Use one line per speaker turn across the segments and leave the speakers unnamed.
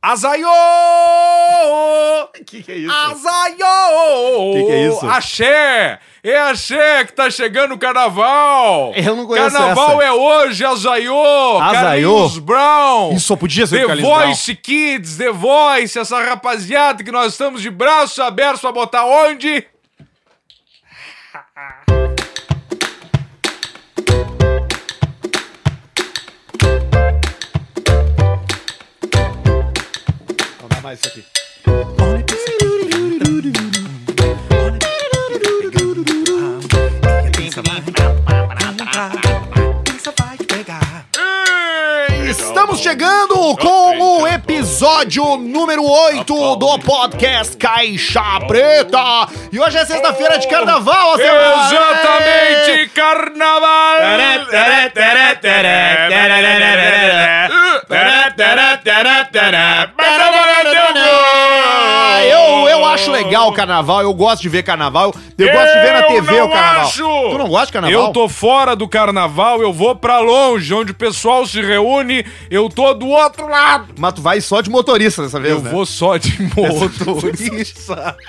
Azaiô!
Que que é isso?
Azaiô!
Que que é isso?
Axé! É axé que tá chegando o carnaval!
Eu não conheço
Carnaval
essa.
é hoje, Azaiô!
Azaiô?
Carlinhos Brown!
Isso só podia ser do
The
Carlinhos Brown.
Voice Kids, The Voice, essa rapaziada que nós estamos de braço aberto pra botar onde?
Não dá mais isso aqui. Estamos chegando com o episódio número 8 do podcast Caixa Preta. E hoje é sexta-feira de carnaval, assim, ó, seu-
Exatamente, carnaval!
Eu, eu acho legal o carnaval, eu gosto de ver carnaval, eu, gosto de ver na
Eu
TV
não
o carnaval.
acho!
Tu não gosta de carnaval?
Eu tô fora do carnaval, eu vou pra longe, onde o pessoal se reúne, eu tô do outro lado.
Mas tu vai só de motorista dessa vez,
Eu
né?
vou só de moto.
Motorista.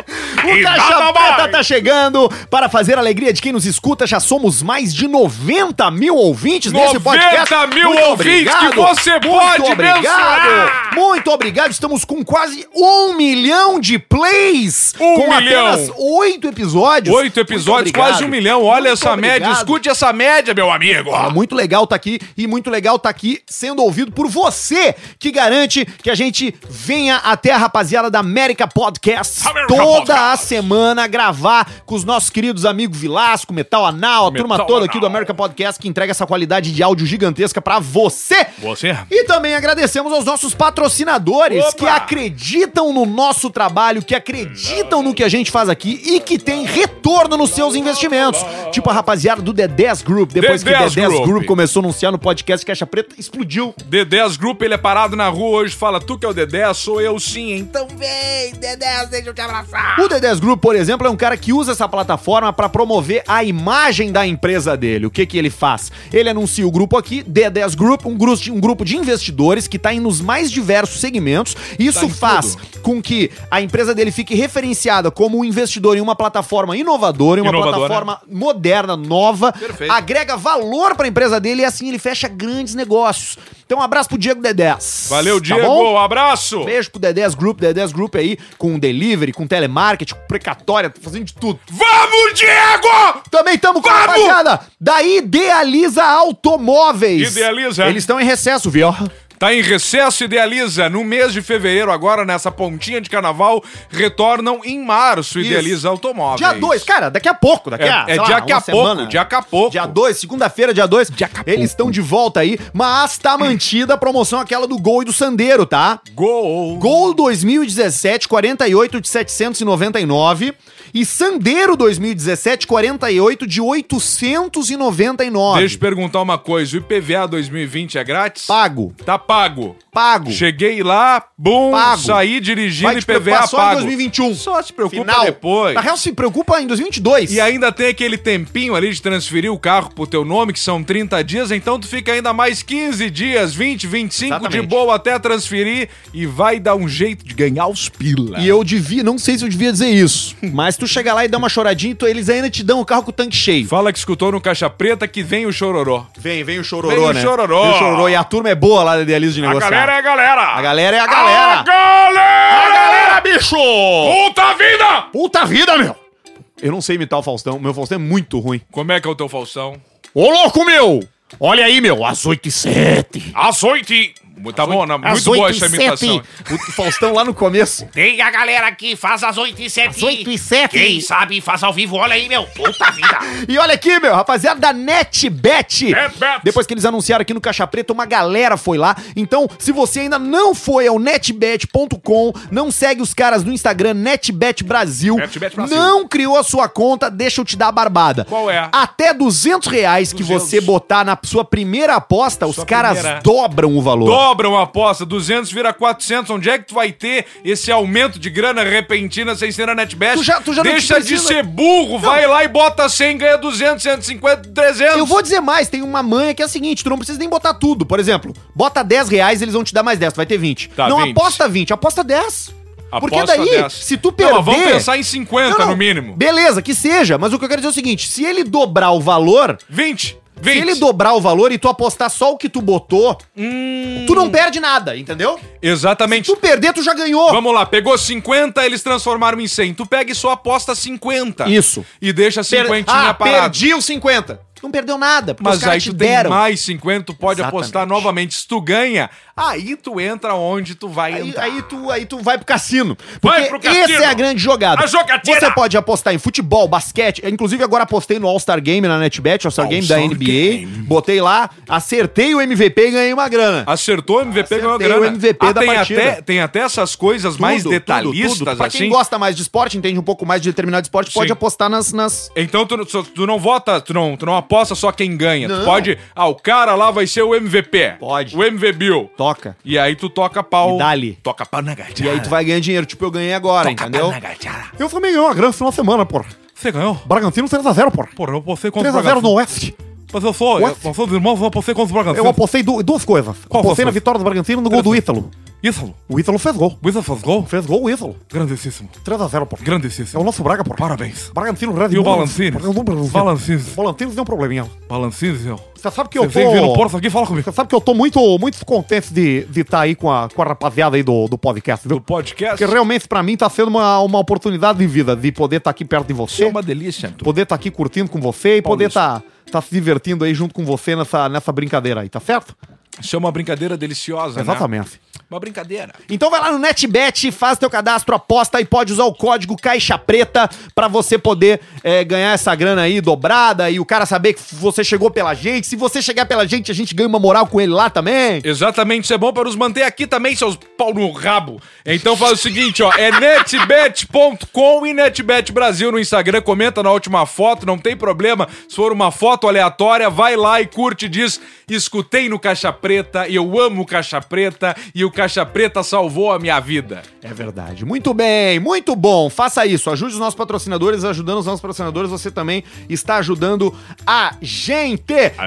E
O Caixa
nada
Preta
mais.
tá chegando para fazer a alegria de quem nos escuta. Já somos mais de 90 mil ouvintes nesse podcast.
90 mil
Muito
ouvintes que
obrigado.
você pode
Muito
mensurar.
obrigado. Muito obrigado. Estamos com quase um milhão de plays.
Um
com
milhão.
apenas oito episódios.
Oito episódios,
Muito
quase um
obrigado.
milhão. Olha
Muito
essa média,
obrigado.
escute essa média, meu amigo.
É muito legal tá aqui e muito legal tá aqui sendo ouvido por você que garante que a gente venha até a rapaziada da América Podcast
América
toda a
Podcast.
semana gravar com os nossos queridos amigos Vilasco, Metal Anal, a
Metal
turma toda aqui do
Anal.
América Podcast que entrega essa qualidade de áudio gigantesca pra você.
Você?
E também agradecemos aos nossos patrocinadores
Opa!
que acreditam no nosso trabalho, que acreditam no que a gente faz aqui e que tem retorno nos seus investimentos. Tipo a rapaziada do The 10 Group. Depois que o
D10
The 10 Group.
Group
começou a anunciar no podcast Caixa Preta, explodiu.
D10 Grupo, ele é parado na rua hoje, fala, tu que é o Dedé, sou eu sim, então vem, Dedé, deixa eu te abraçar.
O The 10 Group, por exemplo, é um cara que usa essa plataforma pra promover a imagem da empresa dele. O que que ele faz? Ele anuncia o grupo aqui, The 10 Group, um grupo de, um grupo de investidores que tá em nos mais diversos segmentos.
Tá
Isso
em
faz com que a empresa dele fique referenciada como um investidor em uma plataforma inovadora, em uma
Inovadora. né?
plataforma moderna, nova,
Perfeito.
agrega valor pra empresa dele e assim ele fecha grandes negócios. Então, um abraço pro Diego D10.
Valeu,
Tá
Diego, um
bom?
abraço.
Beijo pro D10 Group, D10 Group aí, com delivery, com telemarketing, com precatória, tá fazendo de tudo.
Vamos, Diego!
Também estamos com a
Vamos!
rapaziada da Idealiza Automóveis.
Idealiza.
Eles estão em recesso, viu?
Tá em recesso, idealiza. No mês de fevereiro, agora, nessa pontinha de carnaval, retornam em março,
Isso.
idealiza automóveis.
Dia 2, cara, daqui a pouco, daqui
É,
a
é
sei lá,
dia
uma
que a pouco,
semana.
dia que a pouco.
Dia 2, segunda-feira, dia 2.
Dia que a
Eles estão de volta aí, mas tá mantida a promoção aquela do Gol e do Sandeiro, tá?
Gol.
Gol 2017, 48 de 799. E Sandeiro 2017, 48 de 899.
Deixa eu perguntar uma coisa. O IPVA 2020 é grátis?
Pago,
Tá pago.
pago.
Cheguei lá, bum,
Pago.
saí dirigindo
Vai te
IPVA
preocupar só em
pago.
2021.
Só se preocupa
Final.
depois.
Na real, se preocupa em 2022.
E ainda tem aquele tempinho ali de transferir o carro pro teu nome, que são 30 dias, então tu fica ainda mais 15 dias, 20, 25 de
Exatamente.
boa até transferir e vai dar um jeito de ganhar os pila.
E eu devia, não sei se eu devia dizer isso, mas tu chega lá e dá uma choradinha, então eles ainda te dão o carro com o tanque cheio.
Fala que escutou no Caixa Preta que vem o chororó.
Vem, vem o
Vem
chororô,
o
né?
chororô.
Vem o chororô. E a turma é boa lá da Idealiza de negociar.
é galera!
A galera é a
A
galera.
galera!
bicho!
Puta vida!
Puta vida, meu! Eu não sei imitar o Faustão, meu Faustão é muito ruim.
Como é que é o teu Faustão?
Ô, louco, meu! Olha aí, meu, às 8 e 7.
Às oito e... Tá bom, não, muito boa essa imitação.
O Faustão lá no começo.
Tem a galera que faz às 8 e 7.
Às oito e sete.
Quem sabe faz ao vivo, olha aí, meu. Puta vida.
E olha aqui, meu, rapaziada da NetBet.
NetBet.
Depois que eles anunciaram aqui no Caixa Preta, uma galera foi lá. Então, se você ainda não foi ao netbet.com, não segue os caras no Instagram, NetBet Brasil,
NetBet Brasil.
não criou a sua conta, deixa eu te dar a barbada.
Qual é?
Até 200 reais que
200.
você botar na sua primeira aposta, os
Sua
caras
primeira.
dobram o valor.
dobram a aposta, 200 vira 400. Onde é que tu vai ter esse aumento de grana repentina sem ser a NetBest?
Tu já- tu já não
Deixa de
precisa.
ser burro, vai lá e bota 100, ganha 200, 150, 300.
Eu vou dizer mais, tem uma manha que é a seguinte, tu não precisa nem botar tudo. Por exemplo, bota 10 reais, eles vão te dar mais 10, tu vai ter 20.
Tá,
não
20.
aposta 20, aposta 10. Porque
Aposta
daí,
10.
se tu
Não,
perder...
mas vamos pensar em 50
Não, não,
no mínimo.
Beleza, que seja, mas o que eu quero dizer é o seguinte, se ele dobrar o valor,
20,
se
20.
ele dobrar o valor e tu apostar só o que tu botou,
Hum.
tu não perde nada, entendeu?
Exatamente.
Tu perder, tu já ganhou.
Vamos lá, pegou 50, eles transformaram em 100. Tu pega e só aposta 50.
Isso.
E deixa a
Per-
50
ah,
parada.
perdi os 50. Tu não perdeu nada, porque os
Mas aí
caras te
tu tem
deram.
mais 50, tu pode
Exatamente.
apostar novamente. Se tu ganha, aí tu entra onde tu vai
Aí,
entrar.
aí tu, aí tu vai pro cassino.
Então tá. Vai
Porque
pro cassino.
essa é a grande jogada.
A jogatina.
Você pode apostar em futebol, basquete. Eu, Inclusive, agora apostei no All-Star Game na NetBet, All-Star Game da
All-Star
NBA.
Game.
Botei lá, acertei o MVP e ganhei uma
Ah,
grana.
Acertou o MVP, ganhou
Acertei o
grana. Ah,
MVP da
tem
partida.
Até, tem até essas coisas mais
Tudo, tudo,
detalhistas,
tudo. Pra
assim.
quem gosta mais de esporte, entende um pouco mais de determinado esporte, pode
Sim.
apostar nas. nas...
Então tu, tu- tu não vota, tu não, tu não aposta só quem ganha.
Não.
Tu pode. Ah, o cara lá vai ser o MVP.
Pode.
O MVP.
Toca.
E aí tu toca pau.
E dá-lhe.
Toca pau na gatinha.
E aí tu vai ganhar dinheiro, tipo eu ganhei agora, entendeu? Eu também ganhei uma grana no final de semana, porra.
Você ganhou?
Bragantino 3x0, porra.
Porra, eu postei contra o
3x0
Bragantino.
no Oeste.
Mas eu sou,
What?
eu, nós somos irmãos, eu postei contra o Bragantino.
Eu apostei du- duas coisas.
Qual
apostei
foi?
na vitória do Bragantino e no gol do Ítalo.
Isso,
O Ítalo fez gol.
o Isa faz gol.
Fez gol o Ítalo.
Grandíssimo,
3x0, porra. É o
grandíssimo.
nosso Braga, porra.
Parabéns.
Bragantino, Red
E o
Bull.
Balancines?
Porra, o Bragantino.
Balancines.
Balancines deu um probleminha.
Balancines, meu.
Você sabe que eu
Você
tô...
vem vir no Porto aqui, fala comigo.
Você sabe que eu tô muito, muito contente de estar de tá aí com a, com a rapaziada aí do, do podcast, viu?
Do podcast.
Porque realmente pra mim tá sendo uma, uma oportunidade de vida de poder estar aqui perto de você.
É uma delícia, Arthur.
Poder estar aqui curtindo com você e poder estar tá, tá se divertindo aí junto com você nessa, nessa brincadeira aí, tá certo?
Isso é uma brincadeira deliciosa, né?
Exatamente.
Uma brincadeira.
Então vai lá no NetBet, faz teu cadastro, aposta e pode usar o código Caixa Preta pra você poder eh, ganhar essa grana aí dobrada e o cara saber que você chegou pela gente. Se você chegar pela gente, a gente ganha uma moral com ele lá também.
Exatamente, isso é bom para nos manter aqui também, seus pau no rabo. Então faz o seguinte, ó, é netbet.com e netbet Brasil no Instagram, comenta na última foto, não tem problema. Se for uma foto aleatória, vai lá e curte, diz, escutei no Caixa Preta e eu amo o Caixa Preta e o Caixa Preta salvou a minha vida.
É verdade. Muito bem, muito bom. Faça isso. Ajude os nossos patrocinadores. Ajudando os nossos patrocinadores, você também está ajudando a gente.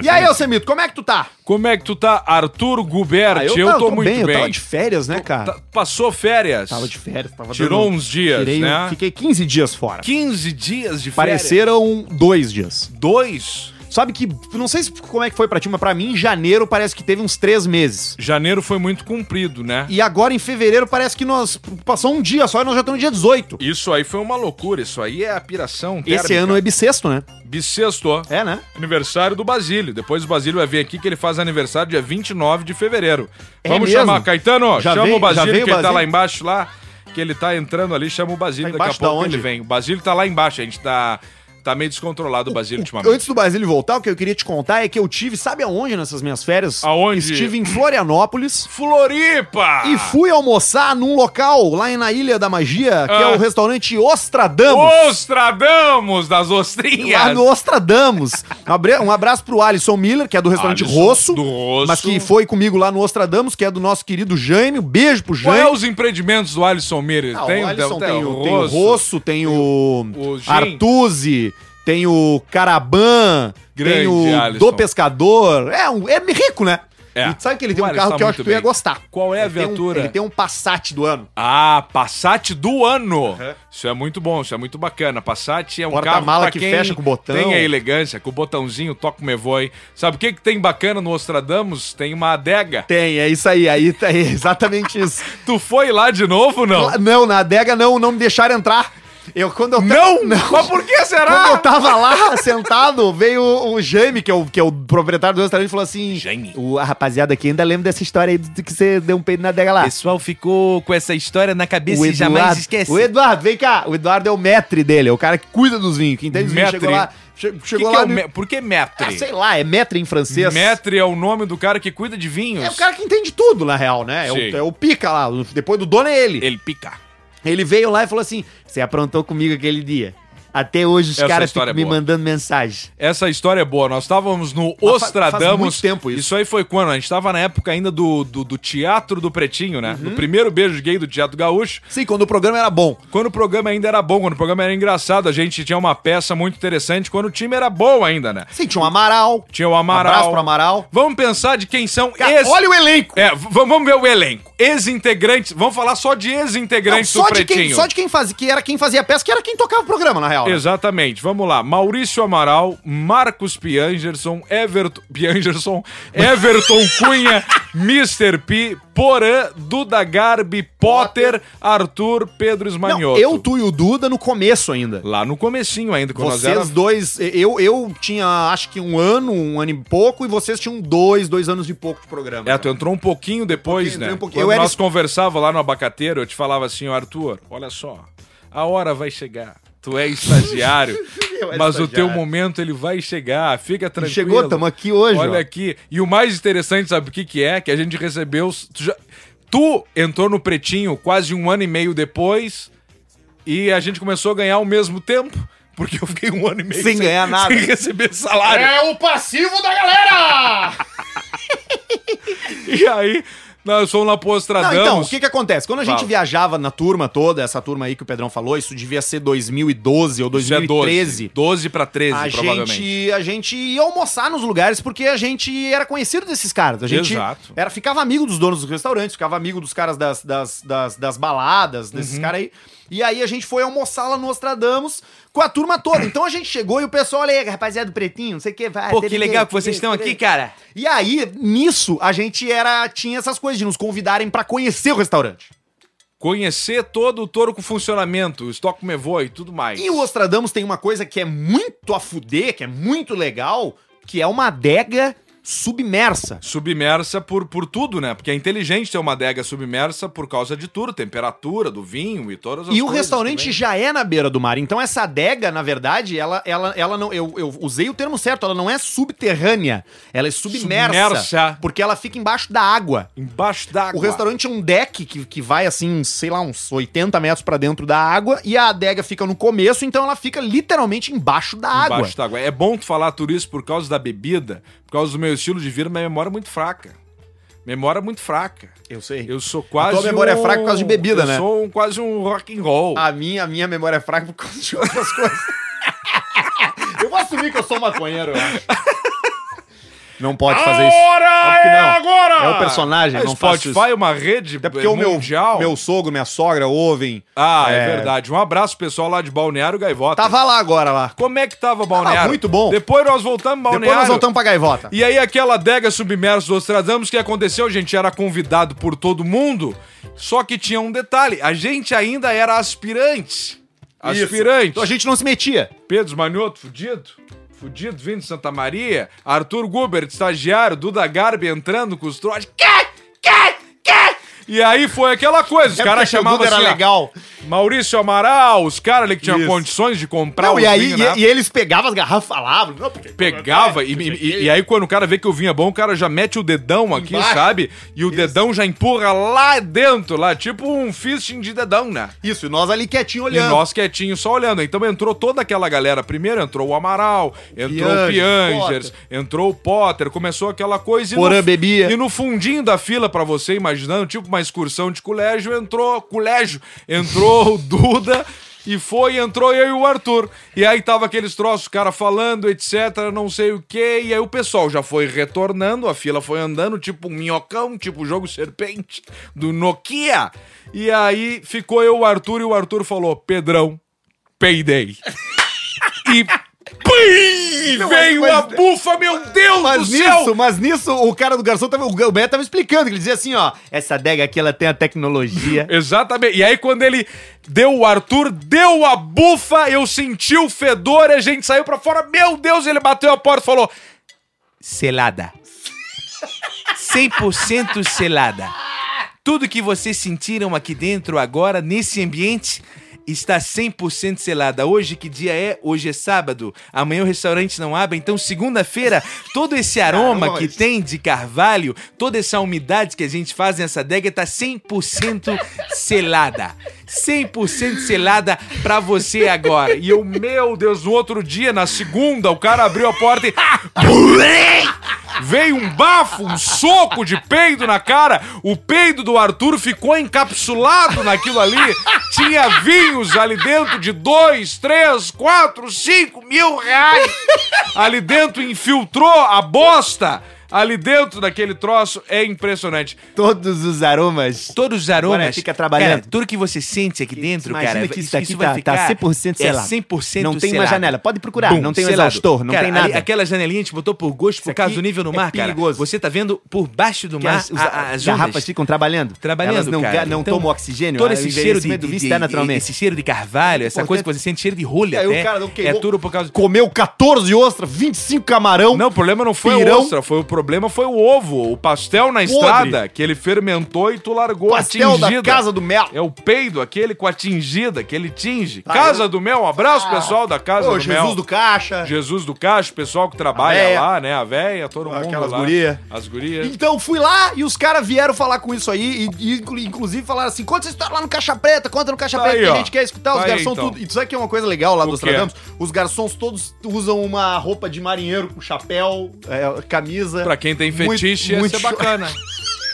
e aí, Alcemito, como é que tu tá?
Como é que tu tá, Arthur Gubert? Ah, eu,
tava-
tô, muito bem.
Ah, Eu tava de férias, né, cara?
Tá- passou férias.
Tava de férias. Tava
Tirou uns dias,
tirei um-
né?
Fiquei 15 dias fora.
15 dias de férias.
Pareceram dois dias.
Dois.
Sabe que, não sei se- como é que foi pra ti, mas pra mim, em janeiro parece que teve uns três meses.
Janeiro foi muito comprido, né?
E agora, em fevereiro, parece que nós passou um dia só e nós já estamos no dia 18.
Isso aí foi uma loucura, isso aí é a piração
Esse
térmica.
ano é bissexto, né?
Bissexto, ó.
É, né?
Aniversário do Basílio. Depois o Basílio vai vir aqui que ele faz aniversário dia 29 de fevereiro.
É
Vamos
mesmo?
chamar, Caetano,
Já
chama
veio-
o Basílio
já
que
veio o
ele tá
Basílio?
lá embaixo lá, que ele tá entrando ali, chama o Basílio,
Tá
daqui a
embaixo da
pouco ele
onde?
vem. O Basílio tá lá embaixo, a gente tá, tá meio descontrolado o Basílio ultimamente.
Antes do Basílio voltar, o que eu queria te contar é que eu tive, sabe aonde nessas minhas férias?
Aonde? Ah.
Estive em Florianópolis
Floripa!
e fui almoçar num local lá na Ilha da Magia, que é
Ah.
o restaurante Ostradamos.
Ostradamos das
Lá
ostrinhas!
um no Ostradamos. Um abra- Um abraço pro Alisson Miller, que é do restaurante
Alisson,
Rosso,
do Rosso.
Mas que foi comigo lá no Ostradamos, que é do nosso querido Jaime. Um beijo pro
Qual
Jaime.
é os empreendimentos do Alisson um- Miller?
Ah, o Alisson tem, o, tem o
Rosso.
Rosso, tem o,
o Gin.
Artuzzi, tem o Caraban, tem
Grande
o
Alisson.
Do Pescador. É, um, é rico, né?
É.
E tu sabe que ele tem
O
um
Alisson
carro
tá
que eu
muito
acho que tu
bem.
ia gostar.
Qual é a
Ele tem um-
viatura?
ele tem um Passat do ano.
Ah, Passat do ano. Isso é muito bom, isso é muito bacana. Passat é um
Porta-mala
carro pra
que
quem
fecha com o botão.
Tem a elegância, com o botãozinho, toca o mevoi. Sabe o que, que tem bacana no Ostradamus? Tem uma adega.
Tem, é isso aí. Aí tá é exatamente isso.
Tu foi lá de novo, não?
Lá- Não, na adega não, não me deixaram entrar. Eu, quando eu ta-
Não? Mas por que
Quando eu
será?
tava lá, sentado, veio o Jaime, que é o, que é o proprietário do restaurante, e falou assim...
Jaime.
O, a rapaziada aqui ainda lembra dessa história aí de que você deu um peido na adega lá.
pessoal ficou com essa história na cabeça
O Eduardo, vem cá. O Eduardo é o metre dele, é o cara que cuida dos vinhos, que entende os vinhos.
Metre.
Chegou lá, che-
Que
chegou
que
lá...
é o
no-
me- Por que Metre?
Ah, sei lá, é metre em francês.
Metre é o nome do cara que cuida de vinhos.
É o cara que entende tudo, na real, né? É o,
Sim.
é o pica lá, o- depois do dono é ele.
Ele pica.
Ele veio lá e falou assim: Você aprontou comigo aquele dia.
Até hoje os
Essa
caras
história
ficam
é
me
boa.
mandando mensagem.
Essa história é boa. Nós estávamos no
Ah, fa- faz
Ostradamos.
muito tempo isso.
aí foi quando? A gente estava na época ainda do, do, do Teatro do Pretinho, né?
Uhum.
Do primeiro beijo gay do Teatro Gaúcho.
Sim, quando o programa era bom.
Quando o programa ainda era bom, quando o programa era engraçado, a gente tinha uma peça muito interessante quando o time era bom ainda, né?
Sim, tinha o Amaral.
Tinha o Amaral.
Abraço pro Amaral.
Vamos pensar de quem são
Cara, olha o elenco.
É, v- vamos ver o elenco. Ex-integrantes. Vamos falar só de
Não,
ex-integrantes do
só, de
um Pretinho.
quem, só de quem fazia, que era quem fazia a peça, que era quem tocava o programa, na real. né?
Exatamente, vamos lá. Maurício Amaral, Marcos Piangerson, Everton. Piangerson, Everton Cunha, Mr. P, Porã, Duda Garbi, Potter, Arthur, Pedro
Não,
Esmanhoto.
eu, tu e o Duda no começo ainda.
Lá no comecinho ainda, quando nós
Vocês
era...
dois, eu, eu tinha acho que um ano, um ano e pouco, e vocês tinham dois, dois anos e pouco de programa.
É, tu entrou um pouquinho depois,
Entrei
né?
um pouquinho.
Quando
Eu era
nós
es-
conversava lá no abacateiro, eu te falava assim, ó, Arthur, olha só, a hora vai chegar. Tu é estagiário,
Eu era
mas o teu
estagiário.
momento ele vai chegar, fica tranquilo.
chegou, tamo aqui hoje,
Olha
ó.
aqui. E o mais interessante, sabe o que que é? Que a gente recebeu... Tu, já- tu entrou no Pretinho quase um ano e meio depois e a gente começou a ganhar ao mesmo tempo, porque eu fiquei um ano e meio
Sem ganhar nada.
sem receber salário.
É.
É o passivo da galera!
E aí, nós fomos lá pro
Não,
Ostradamos.
então, o que que acontece? Quando a gente
Fala.
viajava na turma toda, essa turma aí que o Pedrão falou, isso devia ser 2012 ou
Isso é
2013.
12, 12 pra 13,
A
provavelmente.
gente, a gente ia almoçar nos lugares porque a gente era conhecido desses caras. A gente
Exato.
Era, ficava amigo dos donos dos restaurantes, ficava amigo dos caras das, das, das, das baladas,
Uhum.
desses caras aí. E aí a gente foi almoçar lá no Nostradamus com a turma toda. Então a gente chegou e o pessoal, olha aí, rapaziada do Pretinho, não sei o Ah, que, vai.
Pô, que legal que vocês estão aqui, cara.
E aí, nisso, a gente era tinha essas coisas de nos convidarem pra conhecer o restaurante.
Conhecer todo o touro com funcionamento, o estoque mevoi e tudo
É
mais.
E o Nostradamus tem uma coisa que é muito a fuder, que é muito legal, que é uma adega submersa.
Submersa por, por tudo, né? Porque é inteligente ter uma adega submersa por causa de tudo, temperatura do vinho e todas as
E o
coisas
restaurante
também.
já é na beira do mar. Então essa adega, na verdade, ela, ela, ela não. Eu, eu usei o termo certo, ela não é subterrânea. Ela é submersa.
Submersa.
Porque ela fica embaixo da água.
Embaixo d'água.
O restaurante é um deck que, que vai assim, sei lá, uns 80 metros pra dentro da água e a adega fica no começo, então ela fica literalmente embaixo da água.
Embaixo d'água. É bom tu falar tudo isso por causa da bebida, por causa do meu estilo de vida, minha memória é muito fraca. Memória é muito fraca.
Eu sei.
Eu sou quase.
tua memória é fraca por causa de bebida,
eu
né?
sou um- quase um rock and roll.
A minha, a minha memória é fraca por causa de outras coisas. eu vou assumir que eu sou maconheiro, eu acho. Não pode é fazer isso. Claro que não.
agora!
É o personagem,
É,
não faço
Spotify
isso.
é uma rede
Até porque o meu,
mundial.
meu sogro, minha sogra ouvem.
Ah, é...
É.
verdade. Um abraço, pessoal, lá de Balneário Gaivota.
Tava Tá, lá agora lá.
Como é que tava Balneário?
muito bom.
Depois nós voltamos Balneário.
Depois nós voltamos pra gaivota.
E aí aquela adega submersa dos Tradamos, que aconteceu, a gente era convidado por todo mundo, só que tinha um detalhe, a gente ainda era aspirante. Aspirante.
Então a gente não se metia.
Pedro Manioto, fudido. Fudido, vindo de Santa Maria. Arthur Gubert, estagiário. Duda Garbi entrando com os trotes. Que? Que? Que? E aí foi aquela coisa. Os
É
caras
porque o
chamavam
Duda
assim,
era
ó,
legal.
Maurício Amaral, os caras ali que tinham
Isso.
condições de comprar
Não,
os
e é, aí
vinhos, né?
e, e eles pegavam as garrafas, falavam. Não, porque
Pegava e, e- e aí quando o cara vê que o vinho é bom, o cara já mete o dedão aqui,
Embaixo.
sabe? E o dedão já empurra lá dentro, lá, tipo um fisting de dedão, né?
Isso, e nós ali quietinho
E
olhando.
nós quietinhos só olhando. Então entrou toda aquela galera. Primeiro entrou o Amaral, entrou o
Piangers,
Piangers, entrou o Potter, começou aquela coisa e
Porã
no,
bebia.
E no fundinho da fila, pra você imaginando, tipo uma excursão de colégio, entrou. Colégio! Entrou o Duda. E foi, entrou eu e o Arthur. E aí tava aqueles troços, o cara falando, etc, não sei o quê. E aí o pessoal já foi retornando, a fila foi andando, tipo um minhocão, tipo o jogo serpente do Nokia. E aí ficou eu e o Arthur, e o Arthur falou, Pedrão, peidei. e... Pim, veio
mas-
a bufa, meu Deus
Mas
do
nisso,
céu!
mas nisso, o cara do garçom tava. O Beto tava explicando, que ele dizia assim, ó. Essa adega aqui, ela tem a tecnologia.
Exatamente. E aí, quando ele deu o Arthur, deu a bufa, eu senti o fedor, a gente saiu pra fora. Meu Deus, ele bateu a porta e falou:
Selada. 100% selada. Tudo que vocês sentiram aqui dentro agora, nesse ambiente, está 100% selada. Hoje, que dia é? Hoje é sábado. Amanhã o restaurante não abre, então segunda-feira, todo esse aroma
Caramba,
que
mas-
tem de carvalho, tá toda essa umidade que a gente faz nessa adega está 100% selada. 100% selada pra você agora. E
E eu, meu Deus, no outro dia, na segunda, o cara abriu a porta e. Veio um bafo, um soco de peido na cara. O peido do Arthur ficou encapsulado naquilo ali. Tinha vinhos ali dentro de dois, três, quatro, cinco mil reais. Ali dentro infiltrou a bosta. Ali dentro daquele troço é impressionante.
Todos os aromas.
todos os aromas.
Agora fica trabalhando.
Cara, tudo que você sente aqui dentro,
Imagina
cara.
que isso daqui tá- tá 100% selado.
É 100%
Não tem uma
selado.
janela. Pode procurar.
Bum,
não tem um
selado.
exaustor, não
Cara,
tem
ali-
nada.
aquela janelinha te botou por gosto por causa
aqui
do nível no
é
mar, cara.
perigoso.
Você tá vendo por baixo do
Que
mar
as, os-
a- a-
as
as
garrafas
ondas.
ficam trabalhando.
Trabalhando,
Elas não,
cara.
ga- não
Então,
tomam oxigênio.
Todo
ah,
esse
o
cheiro de,
envelhecimento
de-
do vício
de-
está naturalmente.
Esse cheiro de carvalho, essa
É Importante.
coisa que você sente cheiro de rolha
E aí o
até.
cara não
é
queimou-
tudo por causa...
Comeu 14 ostras, 25 camarão.
Não, o problema não foi a
Pirão.
ostra, foi o problema foi o ovo, o pastel na estrada que ele fermentou e tu largou
pastel
atingida.
da casa do Mel.
É o peido, aquele com a tingida, que ele tinge. Casa do Mel, um abraço, pessoal da Casa
Tá, Ah. Ô,
do
Jesus
Mel.
do Caixa.
Jesus do Cacho, pessoal que trabalha
A véia.
lá, né? A véia, todo mundo
Aquelas
lá.
guria.
As gurias.
Então fui lá e os caras vieram falar com isso aí, e, e inclu- inclusive falaram assim: conta essa história lá no Caixa Preta, conta no Caixa
Tá
Preta,
aí,
que
ó.
a gente quer escutar,
Tá
os
aí,
garçons
então.
tudo. E tu sabe que é uma coisa legal lá
O
do
quê?
Nostradamus? Os garçons todos usam uma roupa de marinheiro com chapéu, é, camisa.
Pra quem tem
Muito-
fetiche,
muito
essa é
show.
bacana.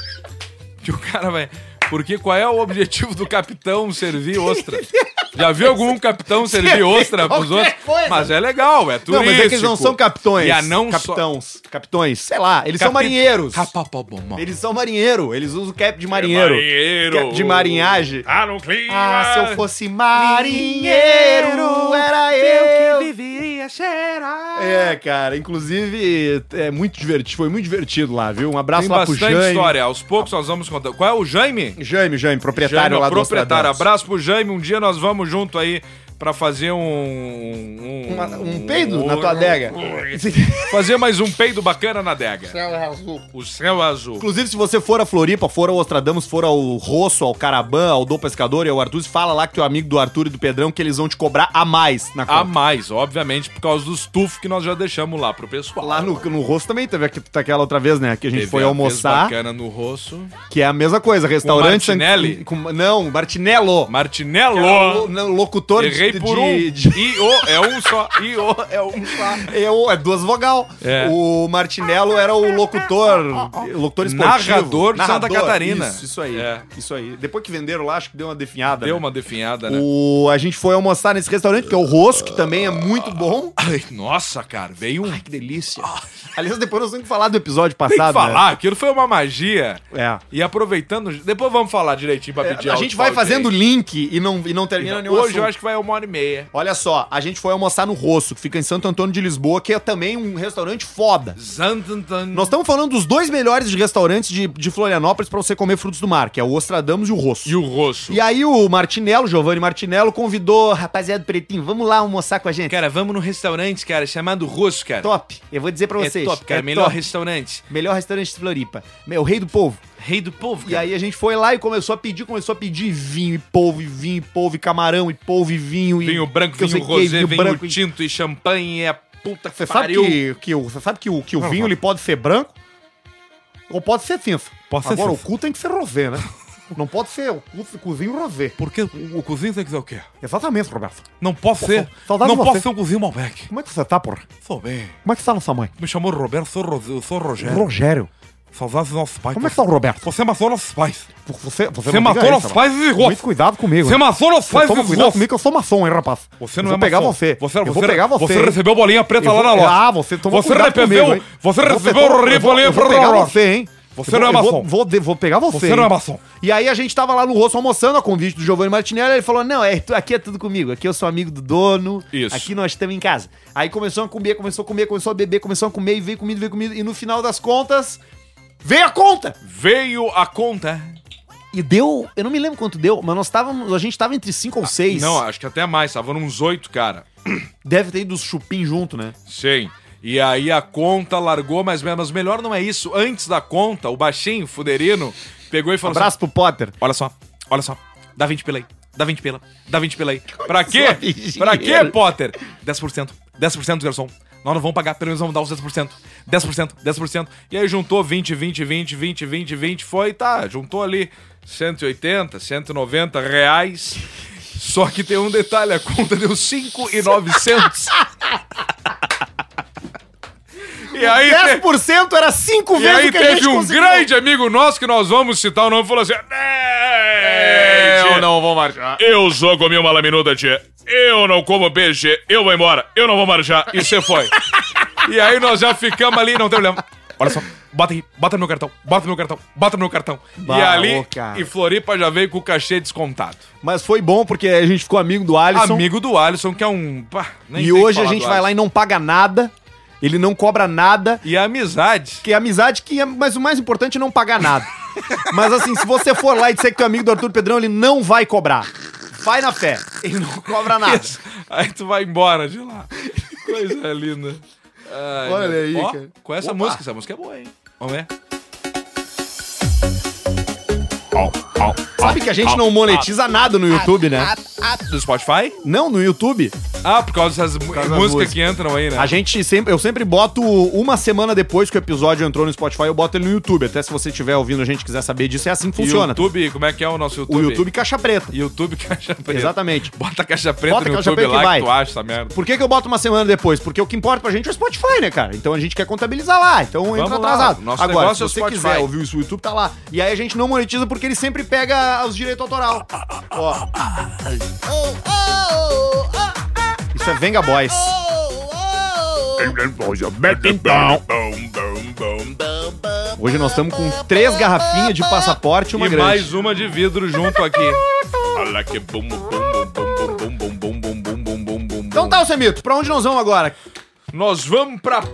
que o cara vai. Porque qual é o objetivo do capitão servir ostra? Já viu algum capitão servir ostra pros
qualquer
outros?
coisa.
Mas é legal, é turístico.
Não, mas é que eles não são capitões.
E a não só-
capitãos. Capitões, sei lá, eles são
Capi-
marinheiros.
Rapapobomó.
Eles são marinheiro, eles usam cap de marinheiro.
É Marinheiro.
Cap de marinhagem.
Ah, no clima.
Ah, se eu fosse marinheiro, era eu.
que viveria cheirar.
É, cara, inclusive é muito divertido, foi muito divertido lá, viu? Um abraço
Tem
lá pro
bastante
Jaime.
história. Aos poucos nós vamos contar. Qual é o Jaime?
Jaime, Jaime, proprietário
Jaime,
lá
o
do
proprietário.
Nostradamus.
Abraço pro Jaime. Um dia nós vamos junto aí pra fazer um. Um,
Uma- um peido na tua adega.
Fazer mais um peido bacana na adega.
Céu é azul.
O céu azul.
Inclusive, se você for a Floripa, for ao Ostradamus, for ao Rosso, ao Caraban, ao Do Pescador e ao Arthur, fala lá que teu amigo do Arthur e do Pedrão que eles vão te cobrar a mais na
A
conta.
mais, obviamente, por causa dos tufos que nós já deixamos lá pro pessoal.
Lá no, no Rosso também teve aqu- aquela outra vez, né? Que a gente
Teve
foi
a vez
almoçar,
bacana no rosto.
que é a mesma coisa, restaurante...
Martinelli?
com- não, Martinello.
Martinello.
Lo- Locutor
Errei por um.
é de- de-
I, O, é um só. I, O, é um só.
É, o- é duas vogal.
É.
O Martinello era o locutor, locutor esportivo.
Narrador de Santa Catarina.
Isso, isso aí.
É.
Isso aí. Depois que venderam lá, acho que deu uma definhada.
Deu
né?
uma definhada, né?
O, a gente foi almoçar nesse restaurante, que é o Rosso, que também é muito bom.
Ai, nossa, cara, veio um. Tem
Que delícia. Aliás, depois nós temos que falar do episódio passado.
que falar,
né?
aquilo foi uma magia.
É.
E aproveitando, depois vamos falar direitinho pra pedir
A gente vai fazendo link e não, e não termina nenhum
Hoje eu
assunto.
acho que vai uma hora e meia.
Olha só, a gente foi almoçar no Rosso, que fica em Santo Antônio de Lisboa, que é também um restaurante foda.
Zantantan.
Nós estamos falando dos dois melhores de restaurantes de, de Florianópolis pra você comer frutos do mar, que é o Ostradamus e o Rosso.
E o rosto.
E aí o Martinello, Giovanni Martinello, convidou, rapaziada pretinho, vamos lá almoçar com a gente.
Cara, vamos num restaurante, cara, chamado Rosso, cara.
top. Eu vou dizer pra
é
vocês.
top, cara. melhor restaurante.
melhor restaurante de Floripa. Meu, o rei do povo.
Rei do povo,
E
cara.
aí a gente foi lá e começou a pedir, começou a pedir vinho, e polvo, e vinho, e polvo, e camarão, e polvo, e vinho, e...
Vinho branco,
que eu
vinho
sei que,
rosé, vinho,
branco, e-
tinto e champanhe. É a puta que
Você sabe
pariu.
que, que, o- você sabe que o, que o vinho ele pode ser branco ou pode ser cinza.
Pode ser
Agora,
cinza.
o cu tem que ser rosé, né? Não pode ser o cu, o vinho rosé.
Porque o cozinho tem que ser o quê?
Exatamente, Roberto.
Não posso
ser- saudade não de posso você. ser
um cozinho Malbec.
Como é que você tá, porra?
Sou bem.
Como é que tá nossa mãe?
Me chamou Roberto, sou, sou Rogério.
Rogério.
Saudades dos nossos pais.
Como é que tá o Roberto?
Você matou nossos pais.
Você, você,
Você
não diga
matou
isso,
nossos
rapaz.
pais e rosto.
Muito cuidado comigo.
Você
hein?
matou nossos pais
Toma
e
cuidado
rosto.
comigo que eu sou maçom, hein, rapaz.
Você
Eu
não
vou
é
pegar
maçom.
você.
Você,
Eu
você,
vou pegar você.
Você recebeu bolinha preta
Eu
lá
vou-
na loja.
Ah, você toma
Você
cuidado
arrependeu-
comigo, hein?
você recebeu
toma-
bolinha
eu vou- eu vou
preta
pegar
na loja.
você, hein?
Você
Eu
não é
vou- eu
maçom.
Vou, vou, de- vou pegar você.
Você não é
hein?
maçom.
E aí a gente tava lá no Rosso almoçando a convite do Giovanni Martinelli. Ele falou: Não, é, tu- aqui é tudo comigo. Aqui eu sou amigo do dono.
Isso.
Aqui nós estamos em casa. Aí começou a comer, começou a comer, começou a beber, começou a comer e veio comida, veio comida. E no final das contas, veio a conta!
Veio a conta.
E deu, eu não me lembro quanto deu, mas nós estávamos, a gente tava entre 5 ou 6.
Ah, Não, acho que até mais. Tava uns oito, cara.
Deve ter ido os chupim junto, né?
Sim. E aí a conta largou, mas, mas melhor não é isso. Antes da conta, o baixinho, fuderino, pegou e falou
Abraço pro Potter.
assim, olha só, olha só, dá 20 pela aí, dá 20 pela, dá 20 pela aí. Pra quê?
Começou a fingir.
Pra quê, Potter? 10%, 10% garçom, Nós não vamos pagar, pelo menos vamos dar os 10%. 10%, 10%. E aí juntou 20, 20, 20, 20, 20, 20, foi, tá, juntou ali 180, 190 reais. Só que tem um detalhe, a conta deu 5,900. E aí, te-
10% era 5
e
vezes
aí
o que a gente
teve um
conseguiu.
grande amigo nosso que nós vamos citar o nome falou assim: "É, Eu não vou marchar. Eu só comi uma laminuda, tia. Eu não como peixe. Eu vou embora. Eu não vou marchar. E você foi. e aí nós já ficamos ali, não tem problema. Olha só, bota aí, bota no meu cartão, bota no meu cartão, bota no meu cartão. e
Bah,
ali,
ô, cara.
e Floripa já veio com o cachê descontado.
Mas foi bom porque a gente ficou amigo do Alisson.
Amigo do Alisson, que é um. pá, nem
e
tem que
hoje a
falar
gente
do
vai
Alisson.
lá e não paga nada. Ele não cobra nada.
E a amizade.
Que é amizade que é, mas o mais importante é não pagar nada. mas assim, se você for lá e disser que tu é amigo do Arthur Pedrão, ele não vai cobrar. Vai na fé. Ele não cobra nada.
Isso. Aí tu vai embora de lá. Coisa linda. Ai,
Olha
meu-
aí,
Ó,
cara.
Com essa
Opa.
música, essa música é boa, hein? Vamos ver.
Sabe que a gente não monetiza nada no YouTube, né?
Do Spotify?
Não, no YouTube.
Ah, por causa dessas mu-
causa da
músicas
música.
que entram aí, né?
A gente sempre, eu sempre boto uma semana depois que o episódio entrou no Spotify, eu boto ele no YouTube. Até se você estiver ouvindo a gente e quiser saber disso, é assim que funciona.
YouTube, como é que é o nosso
O
YouTube?
YouTube caixa preta.
YouTube Caixa Preta.
Exatamente.
Bota a Caixa Preta
Bota a
no
Caixa
YouTube
Preta
lá
que
que,
vai.
tu acha essa merda.
Por que, que eu boto uma semana depois? Porque o que importa pra gente é o Spotify, né, cara? Então a gente quer contabilizar lá. Então
lá,
entra atrasado.
nosso
Agora,
negócio
se
é o
você
Spotify.
quiser ouvir isso no YouTube, tá lá. E aí a gente não monetiza porque ele sempre pega os direitos autoral. Ó. Isso é Venga Boys. Hoje nós estamos com três garrafinhas de passaporte e uma
e
grande.
mais um. uma de vidro junto aqui.
Então tá, Semito, pra onde nós vamos agora?
Nós vamos pra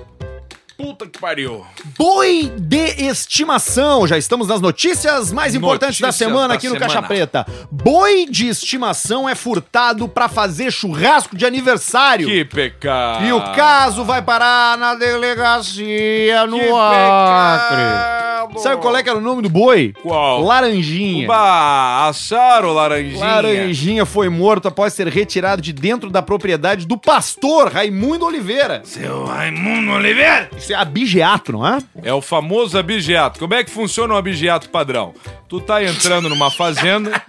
puta que pariu.
Boi de estimação. Já estamos nas notícias mais importantes da
Notícias
semana
da
aqui no
semana.
Caixa Preta. Boi de estimação é furtado pra fazer churrasco de aniversário.
Que pecado.
E o caso vai parar na delegacia no
Que
Acre.
pecado.
Sabe qual é que era o nome do boi?
Qual?
Laranjinha.
Bah, assaram o laranjinha.
Laranjinha foi morto após ser retirado de dentro da propriedade do pastor Raimundo Oliveira.
Seu Raimundo Oliveira.
Isso é abigeato, não é?
É o famoso abigeato. Como é que funciona um abigeato padrão? Tu tá entrando numa fazenda,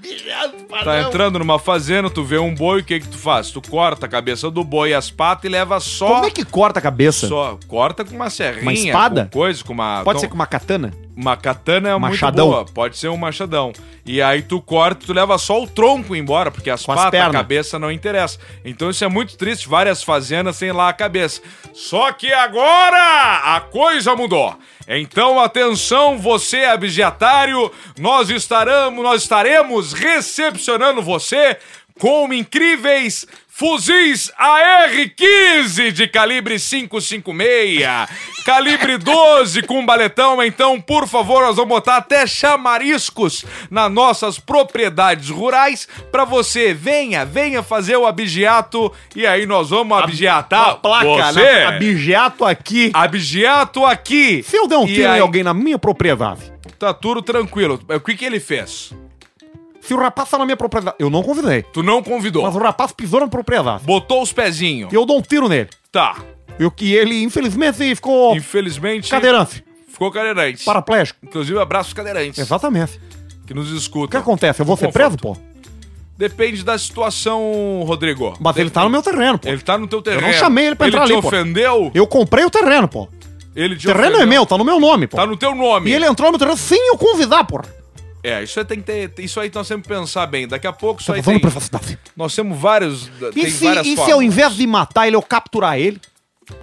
tá entrando numa fazenda, tu vê um boi, o que que tu faz? Tu corta a cabeça do boi, as patas e leva só...
Como é que corta a cabeça?
Só corta com uma serrinha,
Uma espada?
com coisa, com uma...
Pode
então,
ser com uma katana?
Uma katana é
Machadão?
muito boa, pode ser um machadão. E aí tu corta, tu leva só o tronco embora, porque as
Com as
patas, a
pernas.
cabeça não interessa. Então isso é muito triste, várias fazendas sem lá a cabeça. Só que agora a coisa mudou. Então atenção, você abjetário, nós estaremos, nós estaremos recepcionando você com incríveis Fuzis AR-15 de calibre 556, calibre 12 com baletão, então, por favor, nós vamos botar até chamariscos nas nossas propriedades rurais pra você. Venha, venha fazer o abigeato e aí nós vamos abigeatar tá, você.
né? Abigeato aqui.
Abigeato aqui.
Se eu der um
E
tiro
aí-
em alguém na minha propriedade,
Tá tudo tranquilo. O que que ele fez?
se o rapaz tá na minha propriedade, eu não convidei,
Tu não convidou.
mas o rapaz pisou na propriedade,
Botou os pezinhos.
e eu dou um tiro nele.
Tá.
E o que ele, infelizmente, ficou
Infelizmente,
cadeirante,
ficou cadeirante.
paraplégico.
Inclusive, abraços cadeirantes
Exatamente.
que nos
O que
escutam.
acontece? Eu vou ser preso,
Conforto.
pô?
Depende da situação, Rodrigo.
Mas ele tá no meu terreno, pô.
Ele tá no teu terreno.
chamei ele pra entrar
te
ali, pô.
ofendeu?
Eu comprei o terreno, pô. O
Ele te
terreno é
ofendeu.
meu, tá no meu nome, pô.
Tá no teu nome.
E ele entrou no terreno sem eu convidar, pô.
É, isso aí tem que ter. Isso aí nós temos que pensar bem. Daqui a pouco isso
Tá
aí
falando
tem.
privacidade.
Nós temos vários.
E
tem
se,
várias
e se
formas.
ao invés de matar ele, eu capturar ele,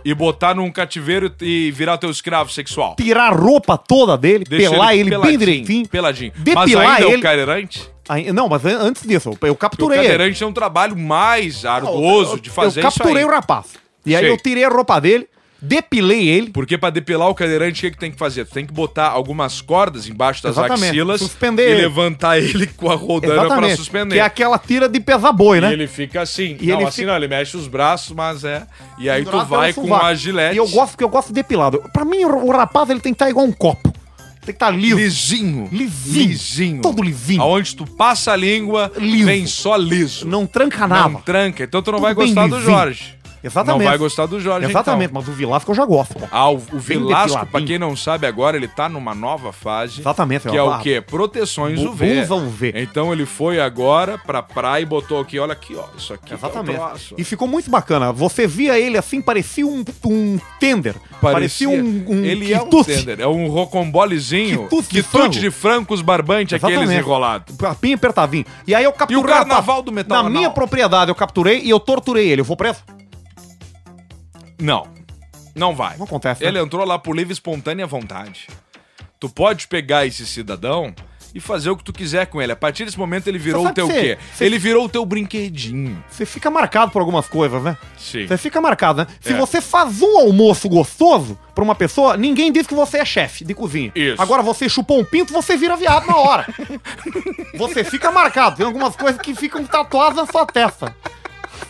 E botar num cativeiro e virar teu escravo sexual.
tirar a roupa toda dele,
Deixa
pelar ele, bem
peladinho,
direitinho?
Peladinho. Mas
Depilar
ainda é o
ele-
cadeirante?
Aí- não, mas an- antes disso, eu- eu
O
capturei ele. Ah,
cadeirante é um trabalho mais arduoso de fazer
Eu
isso aí.
capturei o rapaz. E aí
Sei.
eu tirei a roupa dele, depilei ele.
Porque pra depilar o cadeirante, o que, que tem que fazer? Tu tem que botar algumas cordas embaixo das
Exatamente.
axilas
Suspender
e
ele.
levantar ele com a rodana pra suspender.
Que é aquela tira de pesar boi,
E
né?
ele fica assim.
E
não,
ele
assim
fica-
não, ele mexe os braços, mas é. E aí tu
Pendurado
vai
pelo
com
sovaco.
a gilete.
E eu gosto porque eu gosto depilado. Pra mim, o o rapaz ele tem que estar igual um copo. Tem que estar liso.
lisinho.
Lisinho.
Lisinho.
Todo lisinho.
Aonde tu passa a língua,
Liso.
vem só liso.
Não tranca
Não
nada.
tranca. Então tu não vai
Tudo bem
gostar do
lisinho.
Jorge.
Exatamente.
Não vai gostar do Jorge,
Exatamente,
então.
mas o Vilar ficou jagofa, pô.
Ah, o, o Vilasco,
depiladinho.
pra quem não sabe agora, ele tá numa nova fase.
Exatamente,
Que é
ó,
o
barba.
quê? Proteções
Bu-
UV.
blusa UV.
Então ele foi agora pra praia e botou aqui, olha aqui, ó. Isso aqui
Exatamente.
tá o troço.
e ficou muito bacana. Você via ele assim, parecia um, um tender. Parecia, um, um
Ele é um
quitute.
tender, é um rocombolezinho.
Quitute de frango.
de francos barbante, aqueles
Exatamente.
enrolados.
Papinho apertadinho. E aí eu capturei.
E o carnaval do metal
Na
anal?
minha propriedade, eu capturei e eu torturei ele. Eu vou preso?
Não. Não vai.
Não acontece, né?
Ele entrou lá por livre e espontânea vontade. Tu pode pegar esse cidadão e fazer o que tu quiser com ele. A partir desse momento ele virou
Você
o teu
sabe
quê?
que você-
Ele virou o teu brinquedinho.
Você fica marcado por algumas coisas, né?
Sim.
Você fica marcado, né? Se
É.
você faz um almoço gostoso pra uma pessoa, ninguém diz que você é chefe de cozinha.
Isso.
Agora você chupou um pinto, você vira viado na hora. você fica marcado. Tem algumas coisas que ficam tatuadas na sua testa.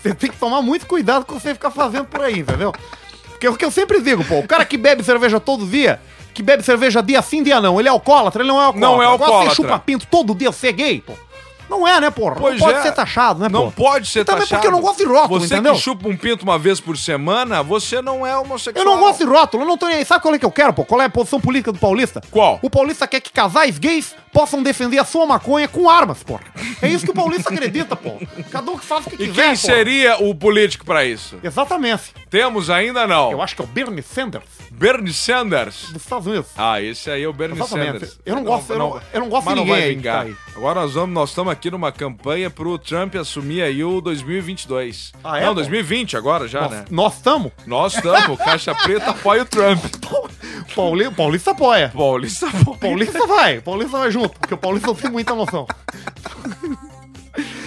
Você tem que tomar muito cuidado com o que você fica fazendo por aí, entendeu? Porque é o que eu sempre digo, pô. O cara que bebe cerveja todo dia, que bebe cerveja dia sim, dia não. Ele é alcoólatra, ele não é alcoólatra.
Não é
Agora
alcoólatra.
você chupa pinto todo dia, você é gay, pô. Não é, né, porra?
Pois
não pode
é.
ser taxado, né, pô?
Não pode ser
Também
taxado.
porque eu não gosto de rótulo,
Você
entendeu?
que chupa um pinto uma vez por semana, você não é
Eu
homossexual.
não gosto de rótulo, eu não tô nem aí. Sabe qual é que eu quero, pô? Qual é a posição política do paulista?
Qual?
O paulista quer que casais gays possam defender a sua maconha com armas, porra. É isso que o paulista acredita, pô. Cada um que faz o que
E
quiser,
quem
pô.
seria o político pra isso?
Exatamente.
Temos ainda não.
Eu acho que é o Bernie Sanders
Bernie Sanders.
dos Estados Unidos.
Ah, esse aí é o Bernie
Exatamente.
Sanders.
Eu não gosto- eu não- eu não gosto
mas
de
não vai
ninguém aí que
vingar.
tá aí.
Agora nós vamos, nós estamos aqui numa campanha pro Trump assumir aí o 2022.
Ah, é,
não,
pô?
2020 agora já, né?
Nós- Nós estamos.
Nós estamos, o Caixa Preta apoia o Trump.
Pauli... Paulista apoia.
Paulista apoia.
Paulista vai, Paulista vai junto, porque o Paulista não tem muita noção.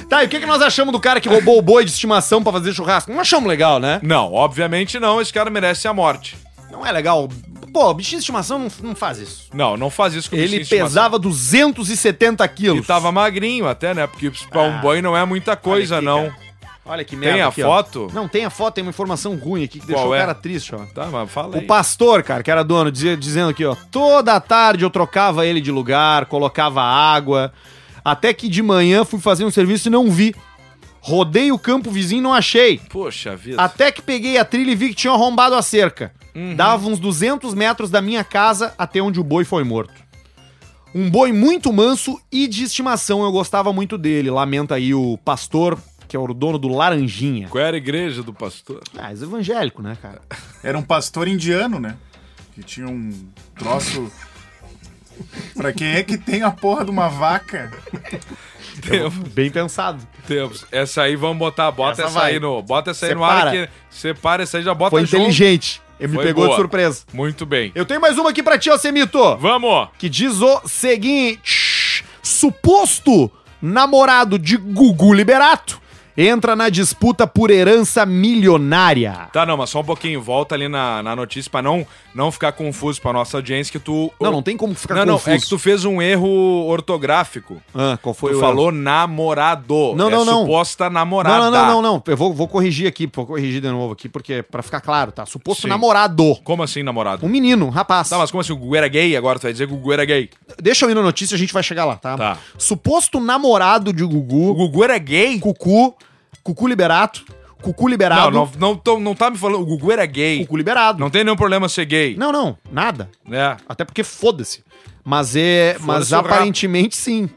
Tá, e o que, que nós achamos do cara que roubou o boi de estimação pra fazer churrasco? Não achamos legal, né?
Não, obviamente não, esse cara merece a morte.
Não é legal. Pô, bichinho de estimação não, não faz isso.
Não, não faz isso com o
Ele
bichinho de estimação.
pesava 270 quilos.
E tava magrinho até, né? Porque pra um
Ah.
boi não é muita coisa,
aqui,
não.
Olha que
Tem a
aqui, ó.
foto?
Não, tem a foto, tem uma informação ruim aqui que deixou
Qual
o
é?
cara triste, ó.
Tá, mas fala
O
aí.
pastor, cara, que era dono, dizia, dizendo aqui, ó. Toda tarde eu trocava ele de lugar, colocava água. Até que de manhã fui fazer um serviço e não vi. Rodei o campo vizinho e não achei.
Poxa vida.
Até que peguei a trilha e vi que tinham arrombado a cerca. Dava uns 200 metros da minha casa até onde o boi foi morto. Um boi muito manso e de estimação, eu gostava muito dele. Lamenta aí o pastor, que é o dono do Laranjinha.
Qual era a igreja do pastor?
Ah, é evangélico, né, cara?
Era um pastor indiano, né? Que tinha um troço. pra quem é que tem a porra de uma vaca?
Bem pensado.
Temos. Essa aí vamos botar, bota essa,
um- Essa vai.
aí no, bota essa aí no
Separa.
ar que separa essa aí já bota
Foi
junto.
inteligente. Ele me
Foi
pegou
boa.
de surpresa.
Muito bem.
Eu tenho mais uma aqui pra ti, Alcemito.
Vamos.
que diz o seguinte: suposto namorado de Gugu Liberato entra na disputa por herança milionária.
Tá, não, mas só um pouquinho, volta ali na, na notícia pra não não ficar confuso pra nossa audiência que tu
Não, não tem como ficar
Não, não,
confuso.
é que tu fez um erro ortográfico.
Ah, qual foi
tu
o
falou namorado.
Não,
é
não, não.
suposta namorada.
Não, não, não, não, não. Eu vou, vou corrigir aqui, vou corrigir de novo aqui, porque pra ficar claro, tá? Suposto
Sim.
namorado.
Como assim namorado?
Um menino, um rapaz.
Tá, mas como assim o Gugu era gay? Agora tu vai dizer que o Gugu era gay.
Deixa eu ir na notícia, a gente vai chegar lá, tá?
Tá.
Suposto namorado de
O
Gugu,
Gugu era gay?
Cucu, Cucu Liberato, Cucu
Não,
Liberado,
não, não, tô- não tá me falando. O Gugu era gay.
Cucu Liberado.
Não tem nenhum problema ser gay.
não, não nada.
Né?
Até porque foda-se. Mas é. mas
o rabo.
aparentemente sim.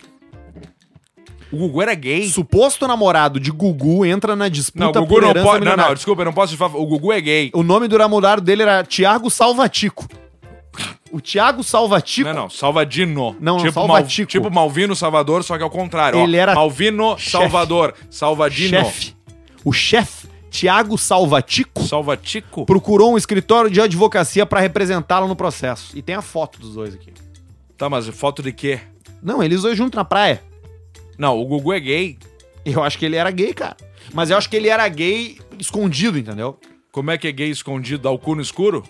O Gugu era gay?
Suposto namorado de Gugu entra na disputa
Não, o Gugu
por
não
herança
pode. Não,
milionária.
não, desculpa, eu não posso te falar. O Gugu é gay.
O nome do namorado dele era Tiago Salvatico. O Tiago Salvatico.
Não, não, Salvadino.
Não, não,
tipo
Salvatico.
Mal, tipo Malvino Salvador, só que ao contrário. ó.
Ele era
Malvino
chefe.
Salvador. Salvadino.
chefe. O chefe, Tiago Salvatico,
Salvatico.
procurou um escritório de advocacia pra representá-lo no processo. E tem a foto dos dois aqui.
Tá, mas foto de quê?
Não, eles dois juntos na praia.
Não, o Gugu é gay.
Eu acho que ele era gay, cara. Mas eu acho que ele era gay escondido, entendeu?
Como é que é gay escondido? Dá o cu no escuro?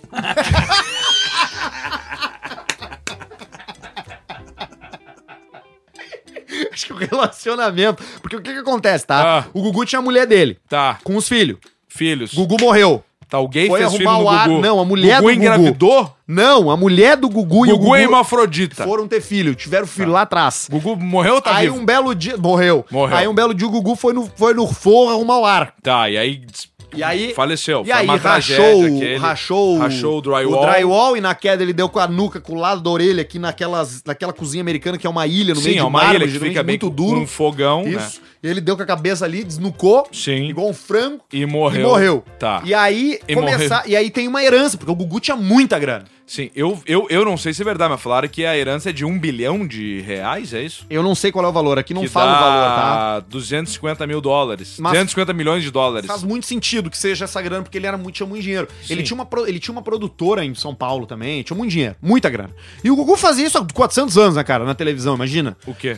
Acho que o relacionamento. Porque o que, que acontece, tá?
Ah.
O Gugu tinha a mulher dele,
Tá,
com os filhos.
filhos.
Gugu morreu.
Tá, o gay
Foi
fez filho
arrumar
do
o ar-
Gugu.
não, a mulher
Gugu
do Gugu.
engravidou?
Não, a mulher do Gugu, e o
Gugu,
Gugu
é hermafrodita.
foram ter filho, tiveram filho lá atrás.
Gugu morreu ou tá
Aí
vivo?
um belo dia. Morreu.
Morreu.
Aí um belo dia o Gugu foi no, foi no forro arrumar o ar.
Tá, e aí des-
E aí.
Faleceu.
E
Foi
aí,
uma
rachou,
tragédia que ele-
rachou,
rachou o drywall.
o drywall e na queda ele deu com a nuca, com o lado da orelha aqui naquelas, naquela cozinha americana que é uma ilha no
Sim,
meio
é
de
uma
mármore,
ilha que
geralmente
fica bem
muito
com
duro.
um fogão,
Isso.
né?
E ele deu com a cabeça ali, desnucou,
Sim.
igual um frango.
E morreu.
E morreu.
Tá.
E aí,
E
começar, e aí tem uma herança, porque o Gugu tinha muita grana.
Sim, eu, eu, eu não sei se é verdade, mas falaram que a herança é de um bilhão de reais, é isso?
Eu não sei qual é o valor, aqui não
que
fala
dá
o valor, tá?
250 mil dólares.
Mas-
250 milhões de dólares.
Faz muito sentido que seja essa grana, porque ele era muito, tinha muito dinheiro. Ele
Sim.
tinha, uma, pro- ele tinha uma produtora em São Paulo também, tinha muito dinheiro, muita grana. E o Gugu fazia isso há 400 anos, né, cara, na televisão, imagina.
O quê?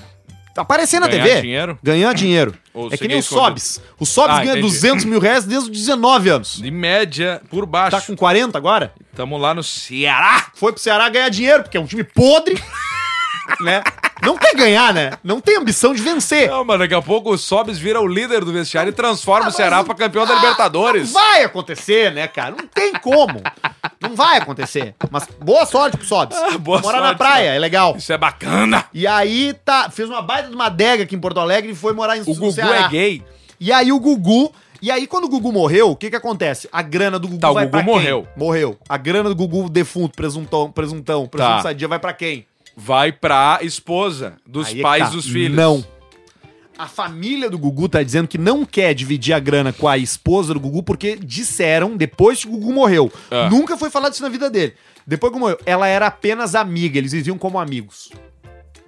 Aparecer na
Ganhar
TV.
dinheiro?
Ganhar dinheiro.
Ou
é que
seguir
nem o
escondido.
Sobs. O Sobs
Ah,
ganha
entendi.
200 mil reais desde os 19 anos.
De média, por baixo.
Tá com 40 agora?
Tamo lá no Ceará.
Foi pro Ceará ganhar dinheiro, porque é um time podre, né? Não quer ganhar, né? Não tem ambição de vencer.
Não, mano, daqui a pouco o Sobs vira o líder do vestiário e transforma o Ceará pra campeão da
Não
Libertadores.
Ah, vai acontecer, né, cara? Não tem como. Não vai acontecer. Mas boa sorte pro Sobs.
Ah, boa
Mora na
sorte,
praia, é legal.
Isso é bacana.
E aí tá, fez uma baita de uma adega aqui em Porto Alegre e foi morar em
O Gugu é gay.
E aí o Gugu. E aí, quando o Gugu morreu, o que que acontece? A grana do Gugu
Tá, o
vai
Gugu
pra quem?
morreu.
Morreu. A grana do Gugu defunto, presuntão, presuntão, presunto
Tá.
sadia, vai pra quem?
Vai pra esposa dos
Aí é que
pais
tá.
dos filhos.
Não. A família do Gugu tá dizendo que não quer dividir a grana com a esposa do Gugu porque disseram, depois que o Gugu morreu,
Ah.
nunca foi falado isso na vida dele. Depois que morreu, ela era apenas amiga, eles viviam como amigos.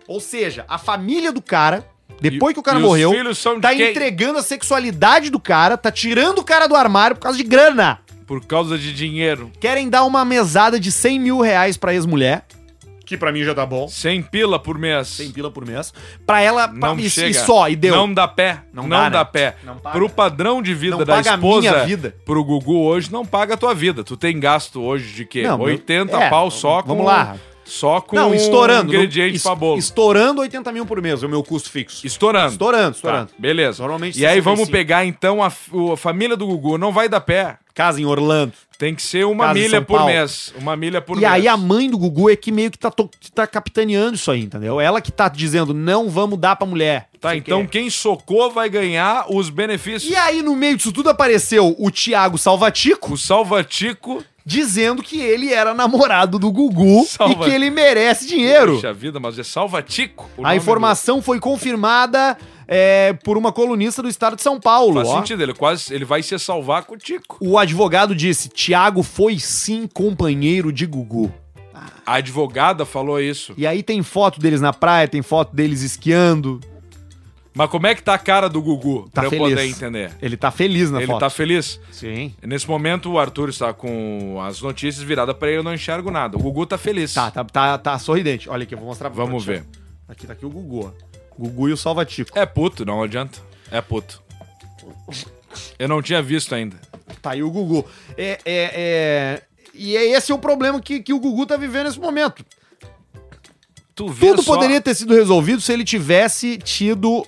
Ou seja, a família do cara, depois
E-
que o cara
e os
morreu,
filhos são de
tá
quem?
entregando a sexualidade do cara, tá tirando o cara do armário por causa de grana.
Por causa de dinheiro.
Querem dar uma mesada de 100 mil reais pra ex-mulher. Que pra mim já tá bom.
Sem pila por mês.
100 pila por mês. Pra ela.
Não
pra- e,
chega.
e só, e deu.
Não dá pé.
Não
Não,
dá, né?
dá, pé.
Não paga.
Pro padrão de vida
Não
da
paga a
esposa
minha vida.
pro Gugu hoje, não paga a tua vida. Tu tem gasto hoje de quê?
Não, meu-
80
é,
pau só com...
vamos lá.
Só com
não, estourando.
ingrediente
não,
pra bolo.
Estourando 80 mil por mês, é o meu custo fixo.
Estourando.
Estourando, estourando.
Tá, beleza.
Normalmente
e aí
65.
vamos pegar então a, f- o- a família do Gugu. Não vai dar pé.
Casa em Orlando.
Tem que ser uma
Casa em
milha
São
por
Paulo.
mês. Uma milha por
e
mês.
aí a mãe do Gugu é que meio que tá, to- que tá capitaneando isso aí, entendeu? Ela que tá dizendo, não vamos dar pra mulher.
Tá,
Sei o
então
quê.
quem socou vai ganhar os benefícios.
E aí no meio disso tudo apareceu o Thiago Salvatico
O Salvatico.
dizendo que ele era namorado do Gugu
Salva-
e que ele merece dinheiro.
Puxa vida, mas é Salvatico. o
a
nome
informação foi confirmada é, por uma colunista do estado de São
do-
Paulo.
Faz
ó.
sentido, ele quase ele vai se salvar com o Tico.
O advogado disse: Tiago foi sim companheiro de Gugu.
A advogada falou isso.
E aí tem foto deles na praia, tem foto deles esquiando.
Mas como é que tá a cara do Gugu?
Tá
pra
feliz.
eu poder entender.
Ele tá feliz na
Ele
foto.
tá feliz?
Sim.
Nesse momento, o Arthur está com as notícias viradas pra ele, eu não enxergo nada. O Gugu tá feliz.
Tá, tá, tá, tá sorridente. Olha aqui, eu vou mostrar pra
Vamos
vocês.
ver.
Aqui tá aqui o Gugu, ó. Gugu e o Salvatico.
É puto, não adianta. É puto. Eu não tinha visto ainda.
Tá aí o Gugu. É, é, é... E é esse é o problema que, que o Gugu tá vivendo nesse momento.
Tu vê
Tudo
só-
poderia ter sido resolvido se ele tivesse tido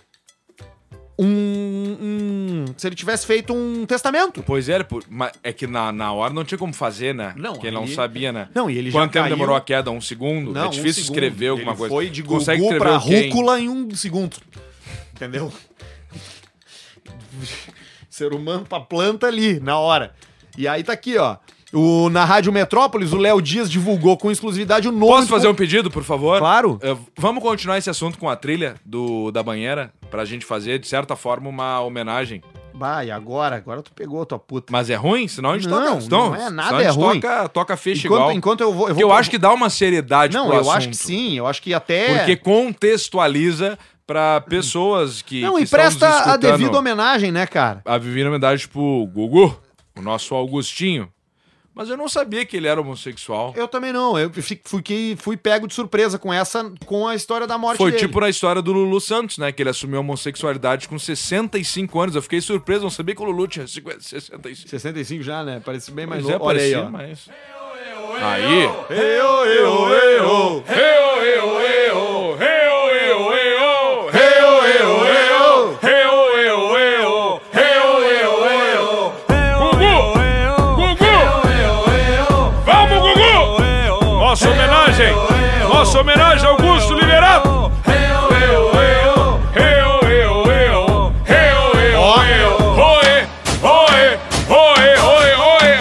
um- um. Se ele tivesse feito um testamento.
Pois é, ele pu- mas é que na, na hora não tinha como fazer, né?
Não,
Porque ele não
aí-
sabia, né?
Não, e ele já
Quanto tempo
caiu-
demorou a queda? Um segundo? é
um
difícil
segundo.
escrever alguma
Ele
coisa.
Foi de
Consegue
Gugu
escrever
pra
o quê, hein?
rúcula em um segundo. Entendeu? Ser humano pra planta ali, na hora. E aí tá aqui, ó. O, na Rádio Metrópolis, o Léo Dias divulgou com exclusividade o nome.
Posso
do-
fazer um pedido, por favor?
Claro.
Eh, vamos continuar esse assunto com a trilha do, da banheira, pra gente fazer, de certa forma, uma homenagem.
Bah, e agora? Agora tu pegou, tua puta.
Mas é ruim? Senão a gente
Não,
toca. Então,
não é nada,
senão a gente
é ruim.
Toca, toca ficha
Enquanto,
igual.
enquanto eu vou. Eu,
Porque
vou
eu acho que dá uma seriedade
Não,
pro
eu
assunto.
acho que sim. Eu acho que até.
Porque contextualiza pra pessoas que.
não,
que
e
estão nos
presta a
escutando.
devida homenagem, né, cara?
a Vivi na verdade, tipo, Gugu, o nosso Augustinho. Mas eu não sabia que ele era homossexual.
Eu também não. Eu fi- fiquei, fui pego de surpresa com essa, com a história da morte
Foi
dele.
tipo na história do Lulu Santos, né? Que ele assumiu a homossexualidade com 65 anos. Eu fiquei surpreso, não sabia que o Lulu tinha 50, 65.
65 já, né? Parece bem mais
Mas
novo.
é
Olha aí,
parecido,
ó.
mas... Aí...
Eu, eu, eu.
Vamos, Gugu! Nossa homenagem! Nossa homenagem ao Augusto Liberato! Ó. Oê, oê,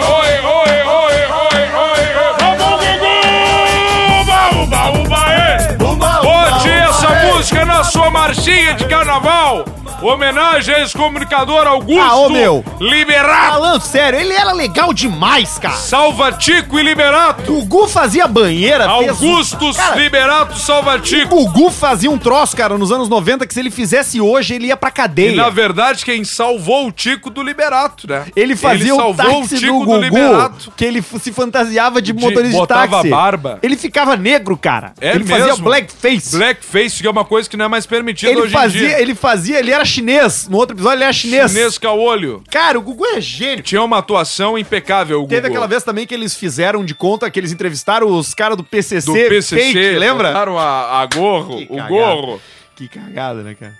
Homenagem a ex-comunicador Augusto
Ah, ô, meu.
Liberato.
Falando sério, ele era legal demais, cara.
Salvatico e Liberato.
Gugu fazia banheira. fez-
Augustus
Cara,
Liberato Salvatico.
Gugu fazia um troço, cara, nos anos 90, que se ele fizesse hoje, ele ia pra
E na
cadeia.
verdade, quem salvou o Tico do Liberato, né?
Ele fazia o táxi do Gugu,
Liberato.
que ele f- se fantasiava de,
De-
motorista de
botava
táxi.
barba.
Ele ficava negro, cara.
É
ele
mesmo?
fazia blackface.
Blackface, que é uma coisa que não é mais permitida
ele
hoje em
fazia,
dia.
ele fazia, ele era chinês. No outro episódio ele era chinês.
Chinês caolho.
Cara, o Gugu é gênio.
Tinha uma atuação impecável, o Gugu.
Teve aquela vez também que eles fizeram de conta que eles entrevistaram os caras do PCC,
do PCC,
fake, lembra?
botaram a, a gorro,
Que
o
cagada.
gorro.
Que cagada, né, cara?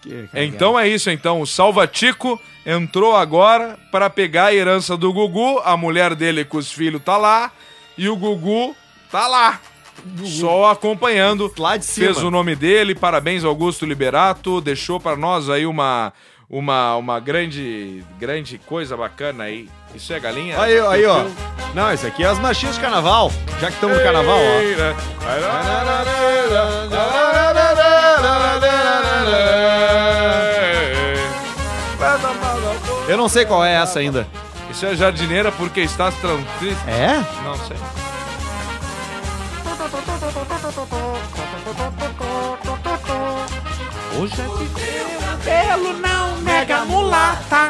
Que cagada.
Então é isso, então. O Salvatico entrou agora pra pegar a herança do Gugu. A mulher dele com os filhos tá lá. E o Gugu tá lá. Só acompanhando.
Lá de cima.
Fez o nome dele. Parabéns, Augusto Liberato. Deixou pra nós aí uma, uma, uma grande, grande coisa bacana aí. Isso é galinha?
Aí, aí, ó. Não, isso aqui é as marchinhas de carnaval. Já que
Um
estamos no carnaval, ó. Eu não sei qual é essa ainda.
Isso é jardineira porque está triste.
É?
Não sei.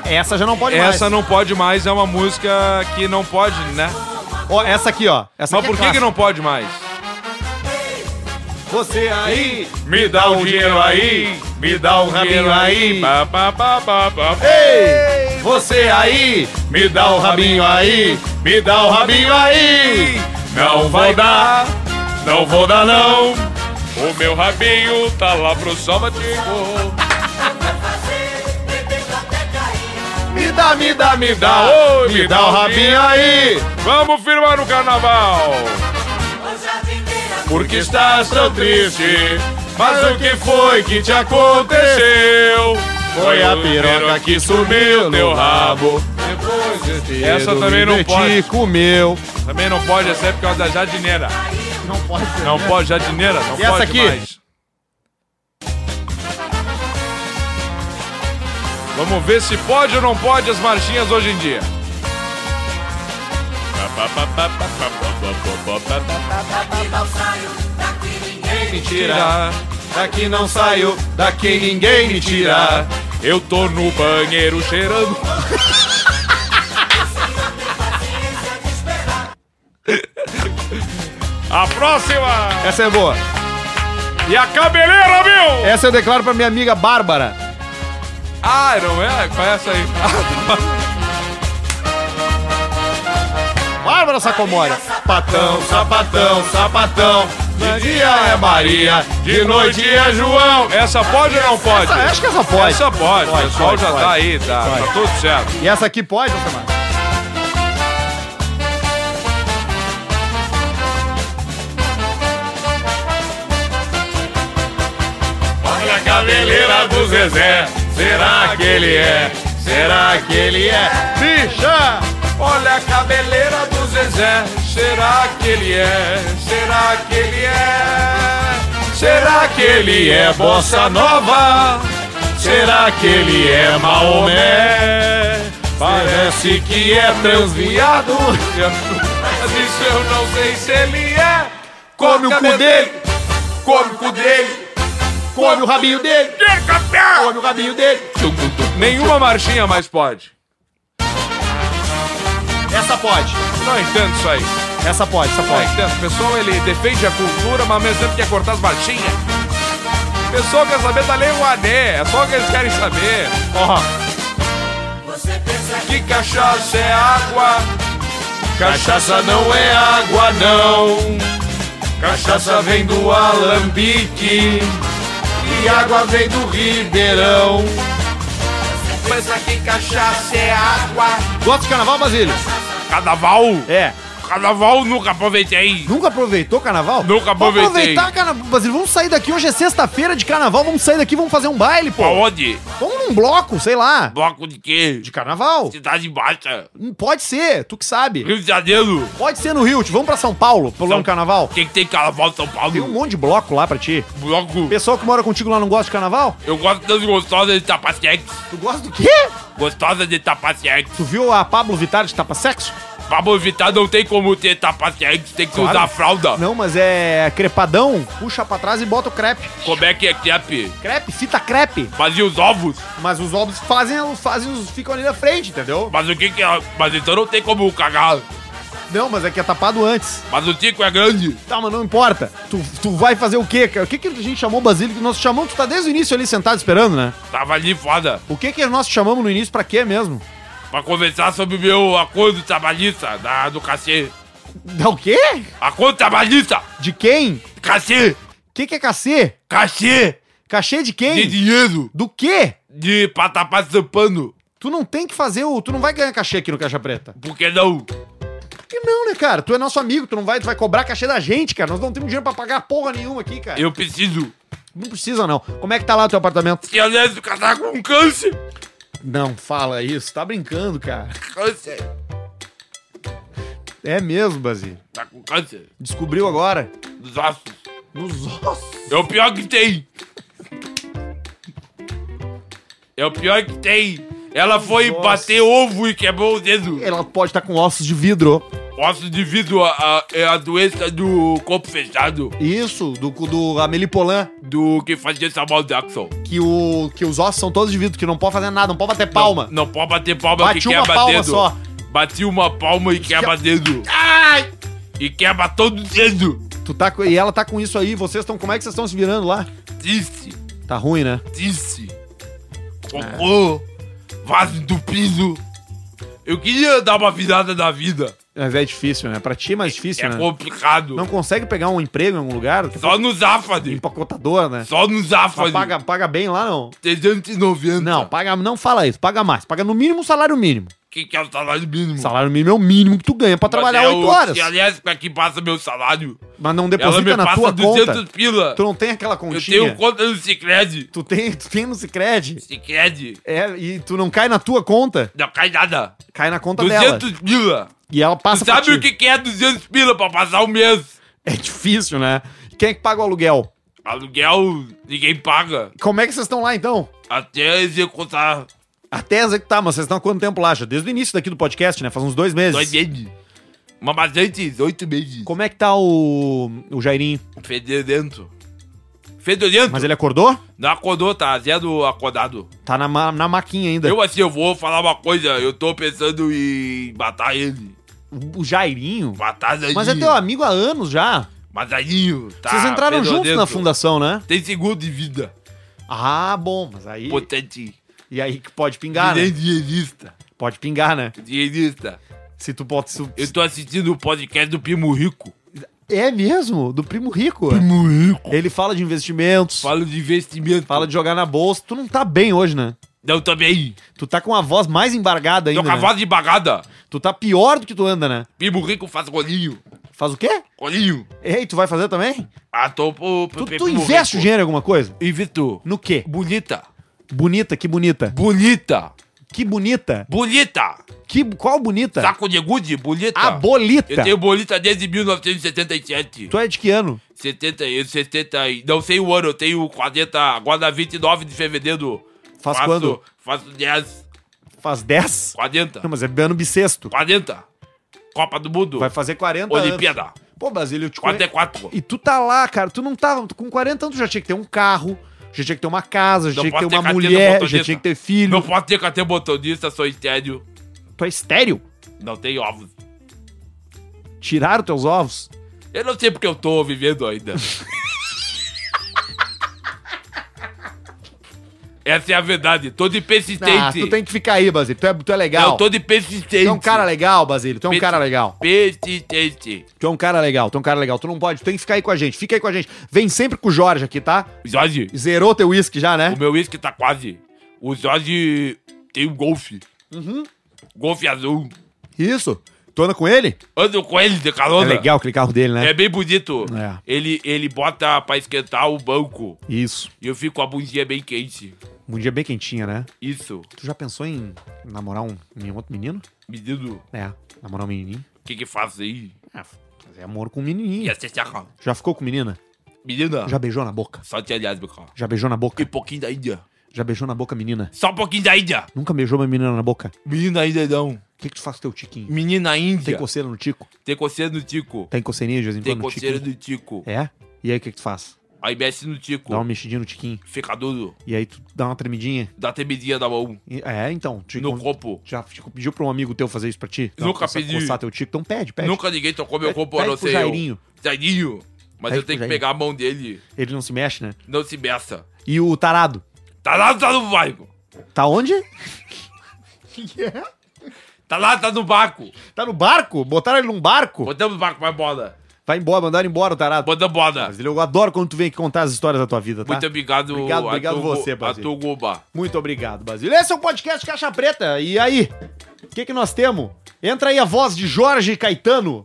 é
Essa já não pode mais.
Essa não pode mais, é uma música que não pode, né?
Ó, essa aqui, ó. Essa
Mas
aqui é
por que, que não pode mais?
clássica. Você aí...
Me dá o dinheiro aí, me dá um o
rabinho aí.
ba, ba, ba, ba, ba.
Ei! Você aí...
Me dá o rabinho aí, me dá o rabinho aí. Não vai dar, não vou dar não. O meu rabinho tá lá pro Salvatico.
Me dá, me dá, me dá.
Oi,
me dá o rabinho aí.
Vamos firmar no carnaval. Porque estás tão triste, mas o que foi que te aconteceu?
Foi a piroca que sumiu
teu
no
rabo.
rabo.
Essa também não pode.
comeu.
Também não pode, essa é por causa da jardineira.
Não pode ser. né?
Não pode, jardineira, não
E essa
pode
aqui?
mais. Vamos ver se pode ou não pode as marchinhas hoje em dia.
me tirar. Daqui não saio, daqui ninguém me tirar.
Eu tô no banheiro cheirando. A próxima!
Essa é boa.
E a cabeleira, meu!
Essa eu declaro pra minha amiga Bárbara.
Ah, não é? Qual é essa aí?
Bárbara Sacomori.
Sapatão, sapatão, sapatão. De dia é Maria, de noite é João. Essa pode ou não pode?
Essa, Ah, acho que essa pode.
Essa pode, o
Pode,
pessoal
pode,
já
pode.
tá aí, tá, tá tudo certo.
E essa aqui pode, ô Samara?
Olha a cabeleira do Zezé, será que ele é? Será que ele é?
Bicha!
Olha a cabeleira do Zezé, será que ele é? Será que ele é? Será que ele é bossa nova? Será que ele é Maomé? Parece que é transviado, mas isso eu não sei se ele é.
Come o cu
cabelo-
dele.
come o cu dele.
Come o rabinho dele! Come o rabinho dele!
Nenhuma marchinha mais pode.
Essa pode.
Não entendo isso aí.
Essa pode, essa
Não
pode.
entendo. O pessoal ele defende a cultura, mas ao mesmo tempo quer cortar as marchinhas. O pessoal quer saber da Lei Rouanet. É só o que eles querem saber.
Ó,
Que cachaça é água? Cachaça não é água, não. Cachaça vem do alambique e água vem do ribeirão. Pensa que cachaça é água.
Gosta de carnaval, Basílio?
Cadaval,
É.
cadaval nunca aproveitei.
Nunca aproveitou carnaval? Vamos
Nunca aproveitei.
aproveitar carnaval, Basílio. Vamos sair daqui. Hoje é sexta-feira de carnaval. Vamos sair daqui, vamos fazer um baile, pô.
Aonde?
Vamos num um bloco, sei lá,
Bloco de quê?
de carnaval. Hum,
Cidade Baixa.
Pode ser, tu que sabe.
Rio de Janeiro.
Pode ser no Rio, te- vamos pra São Paulo, pular um carnaval.
Tem que ter carnaval em São Paulo.
Tem um monte de bloco lá pra ti.
Bloco.
Pessoal que mora contigo lá não gosta de carnaval?
Eu gosto das gostosas de Tapassex.
Tu gosta do quê?
Gostosa de Tapassex.
Tu viu a Pablo Vittar de tapa sexo?
Pra evitar não tem como ter Tapassex. Tem que
Claro.
usar fralda.
Não, mas é crepadão, puxa pra trás e bota o crepe.
Como é que é crepe?
Crepe, fita crepe.
Mas e os ovos?
Mas os ovos fazem, fazem os, ficam ali na frente, entendeu?
Mas o que que é? Mas então não tem como cagar.
Não, mas é que é tapado antes.
Mas o tico é grande.
Tá, mas não importa. Tu, tu vai fazer o quê, cara? O que, que a gente chamou o Basílio? Nós chamamos, tu tá desde o início ali sentado esperando, né?
Tava ali foda.
O que que nós chamamos no início pra quê mesmo?
Pra conversar sobre o meu acordo trabalhista da, do cacê.
Da o quê?
Acordo trabalhista.
De quem?
Cacê.
O que que é cachê?
Cachê.
Cachê de
De
quem?
dinheiro.
Do quê?
De pra tapar tampando.
Tu não tem que fazer o... Tu não vai ganhar cachê aqui no Caixa Preta.
Por que não?
Por que não, né, cara? Tu é nosso amigo, tu não vai... Tu vai cobrar cachê da gente, cara. Nós não temos dinheiro pra pagar porra nenhuma aqui, cara.
Eu preciso.
Não precisa, não. Como é que tá lá o teu apartamento?
Se aliás o cara tá com câncer.
Não, fala isso. Tá brincando, cara.
Câncer.
É mesmo, Basílio.
Tá com câncer.
Descobriu agora.
Dos ossos.
Nos ossos.
É o pior que tem. É o pior que tem. Ela foi
Nossa. É.
bater ovo e quebrou o dedo.
Ela pode estar com ossos de vidro.
Osso de vidro a- a- é a doença do corpo fechado.
Isso, do, do Amelipolan,
Do que fazia Samuel Jackson.
que, o, que os ossos são todos de vidro, que não pode fazer nada, não pode bater palma.
Não pode bater palma
Bati
que
uma
quebra
palma
dedo.
só.
Bati uma palma e quebra dedo. Ai! E quebra todo o dedo.
Tu tá, com- e ela tá com isso aí, vocês estão. Como é que vocês estão se virando lá?
Triste,
Tá ruim, né?
triste. Cocô, vaso do piso. Eu queria dar uma virada na vida.
Mas é difícil, né? Pra ti é mais difícil,
é
né?
complicado.
Não consegue pegar um emprego em algum lugar?
Só no Zafari.
Empacotador, né?
Só no
Mas
Zafari.
Paga, paga bem lá, não?
390.
Não, paga, não fala isso, paga mais. Paga no mínimo o salário mínimo.
Que que é o salário mínimo?
Salário mínimo é o mínimo que tu ganha pra trabalhar
Mas é
oito
o-
horas.
E aliás, pra que passa meu salário?
Mas não
Ela
deposita
me
na
passa
tua
200
conta.
pila.
Tu não tem aquela
Eu
continha.
tenho conta no Cicred.
Tu tem, tu tem no Cicred.
Cicred.
É, e tu não cai na tua conta,
Não cai nada.
cai na conta dela.
200 pila.
E ela passa pra
Sabe
ti.
o que que é 200 pila pra passar um mês?
É difícil, né? Quem é que paga o aluguel?
Aluguel, ninguém paga.
Como é que vocês estão lá, então?
Até executar.
Até executar, tá, mas vocês estão há quanto tempo lá? Já desde o início daqui do podcast, né? Faz uns dois meses.
Dois meses. Mas bastante, oito meses.
Como é que tá o, o Jairinho?
Fedorento. Fedorento?
Mas é- ele acordou?
Não acordou, tá? Zero acordado.
Tá na, ma- na maquinha ainda.
Eu assim, eu vou falar uma coisa. Eu tô pensando em matar ele.
O Jairinho?
Matar Zaninho.
Mas é teu amigo há anos já.
Mas Zaninho, tá?
vocês entraram juntos
Fedorento.
na fundação, né?
Tem seguro de vida.
Ah, bom, mas aí...
Potente.
E aí que pode pingar,
Cara.
né?
Dinheirista.
Pode pingar, né?
Dinheirista.
Se tu pode... se-
Eu tô assistindo o podcast do Primo Rico.
É mesmo, do Primo Rico.
Primo Rico.
Ele fala de investimentos, fala...
Fala de investimento.
de jogar na bolsa. Tu não tá bem hoje, né?
Não, também.
Tu tá com a voz mais embargada ainda.
Tô com a
né?
voz de bagada.
Tu tá pior do que tu anda, né?
Primo Rico faz rolinho.
Faz o quê?
Rolinho.
Ei, tu vai fazer também?
Ah, tô... pro-
Tu,
pro- pro
tu
Primo
investe o
Rico.
dinheiro em alguma coisa?
Invito.
No quê?
Bonita.
Bonita, que bonita.
Bonita.
Que bonita.
Bonita.
Que, qual bonita?
Saco de gude, bonita.
Tá. A bolita.
Eu tenho bonita desde 1977.
Tu é de que ano?
70 e 70 e... Não sei o ano, eu tenho 40... Agora 29 de fevereiro.
Faz
faço,
quando?
Faço 10,
Faz 10?
40.
Não, mas é ano bissexto.
40. Copa do Mundo.
Vai fazer 40 anos.
Olimpíada.
Pô, Basílio, eu te conhe-
4 é 4.
E tu tá lá, cara, tu não tava. tu com 40 anos tu já tinha que ter um carro, já tinha que ter uma casa, já
Não
tinha que ter
pode ter
uma
carteira
mulher, já
motorista.
tinha que ter filho.
Não pode ter até motorista, sou estéreo.
Tu é estéreo?
Não tem ovos.
Tiraram teus ovos?
Eu não sei porque eu tô vivendo ainda. Essa é a verdade. Tô de
Ah,
persistente.
tu tem que ficar aí, Basílio. Tu é, tu é legal.
Eu tô de persistente.
Tu é um cara legal, Basílio. Tu é um cara legal.
Persistente.
Tu é um cara legal, tu é um cara legal. Tu não pode, tu tem que ficar aí com a gente. Fica aí com a gente. Vem sempre com o Jorge aqui, tá?
Jorge,
Zerou teu uísque já, né?
o meu uísque tá quase. O Jorge tem um golfe. Uhum. Golfe azul.
Isso. Tu anda com ele?
Ando com ele de
É
carona.
legal aquele carro dele, né?
É bem bonito.
É.
Ele, ele bota pra esquentar o banco.
Isso.
E eu fico com a bundinha bem quente.
Um dia bem quentinha, né?
Isso.
Tu já pensou em namorar um, em outro menino?
Menino,
É, namorar um menininho.
o que que faz aí?
É, fazer amor com um menininho.
E essa chaca?
Já ficou com menina?
Menina,
Já beijou na boca?
só te aliás, meu cara.
Já beijou na
E
boca?
um pouquinho da Índia.
Já beijou na boca, menina?
Só um pouquinho da Índia.
Nunca beijou uma menina na boca?
Menina Índia não.
O que que tu faz com teu tiquinho?
Menina
Tem
Índia.
coceira no tico?
Tem coceira no tico.
Tem coceirinha de vez em
Tem
quando no
coceira
tiquinho?
no tico.
É? E aí o que que tu faz?
Aí mexe no tico.
Dá um- uma mexidinha no tiquinho.
Fica duro.
E aí tu dá uma tremidinha.
Dá temidinha na mão.
E- É, então. Te
No
con-
copo.
Já tipo, pediu pra um amigo teu fazer isso pra ti?
Nunca
coça-
pedi.
Coçar teu tico? Então pede, pede.
Nunca ninguém tocou meu
Pede-
corpo, a
pede
não
pro
ser eu.
Jairinho.
Jairinho. Mas eu tenho
Pede pro
que
Jairinho.
pegar a mão dele.
Ele não se mexe, né?
Não se meça.
E o tarado?
Tá lá, tá no barco.
Tá onde?
Tá lá, tá no barco.
Tá no barco? Botaram ele num barco?
Botamos o barco pra bola.
Vai embora, mandaram embora o tarado.
Botamos bola.
Mas eu adoro quando tu vem aqui contar as histórias da tua vida, tá?
Muito obrigado,
Obrigado,
a
obrigado
tu-
você,
a
Basílio.
tu, Guba.
Muito obrigado, Basílio. Esse é o podcast Caixa Preta. E aí? O que, que nós temos? Entra aí a voz de Jorge Caetano.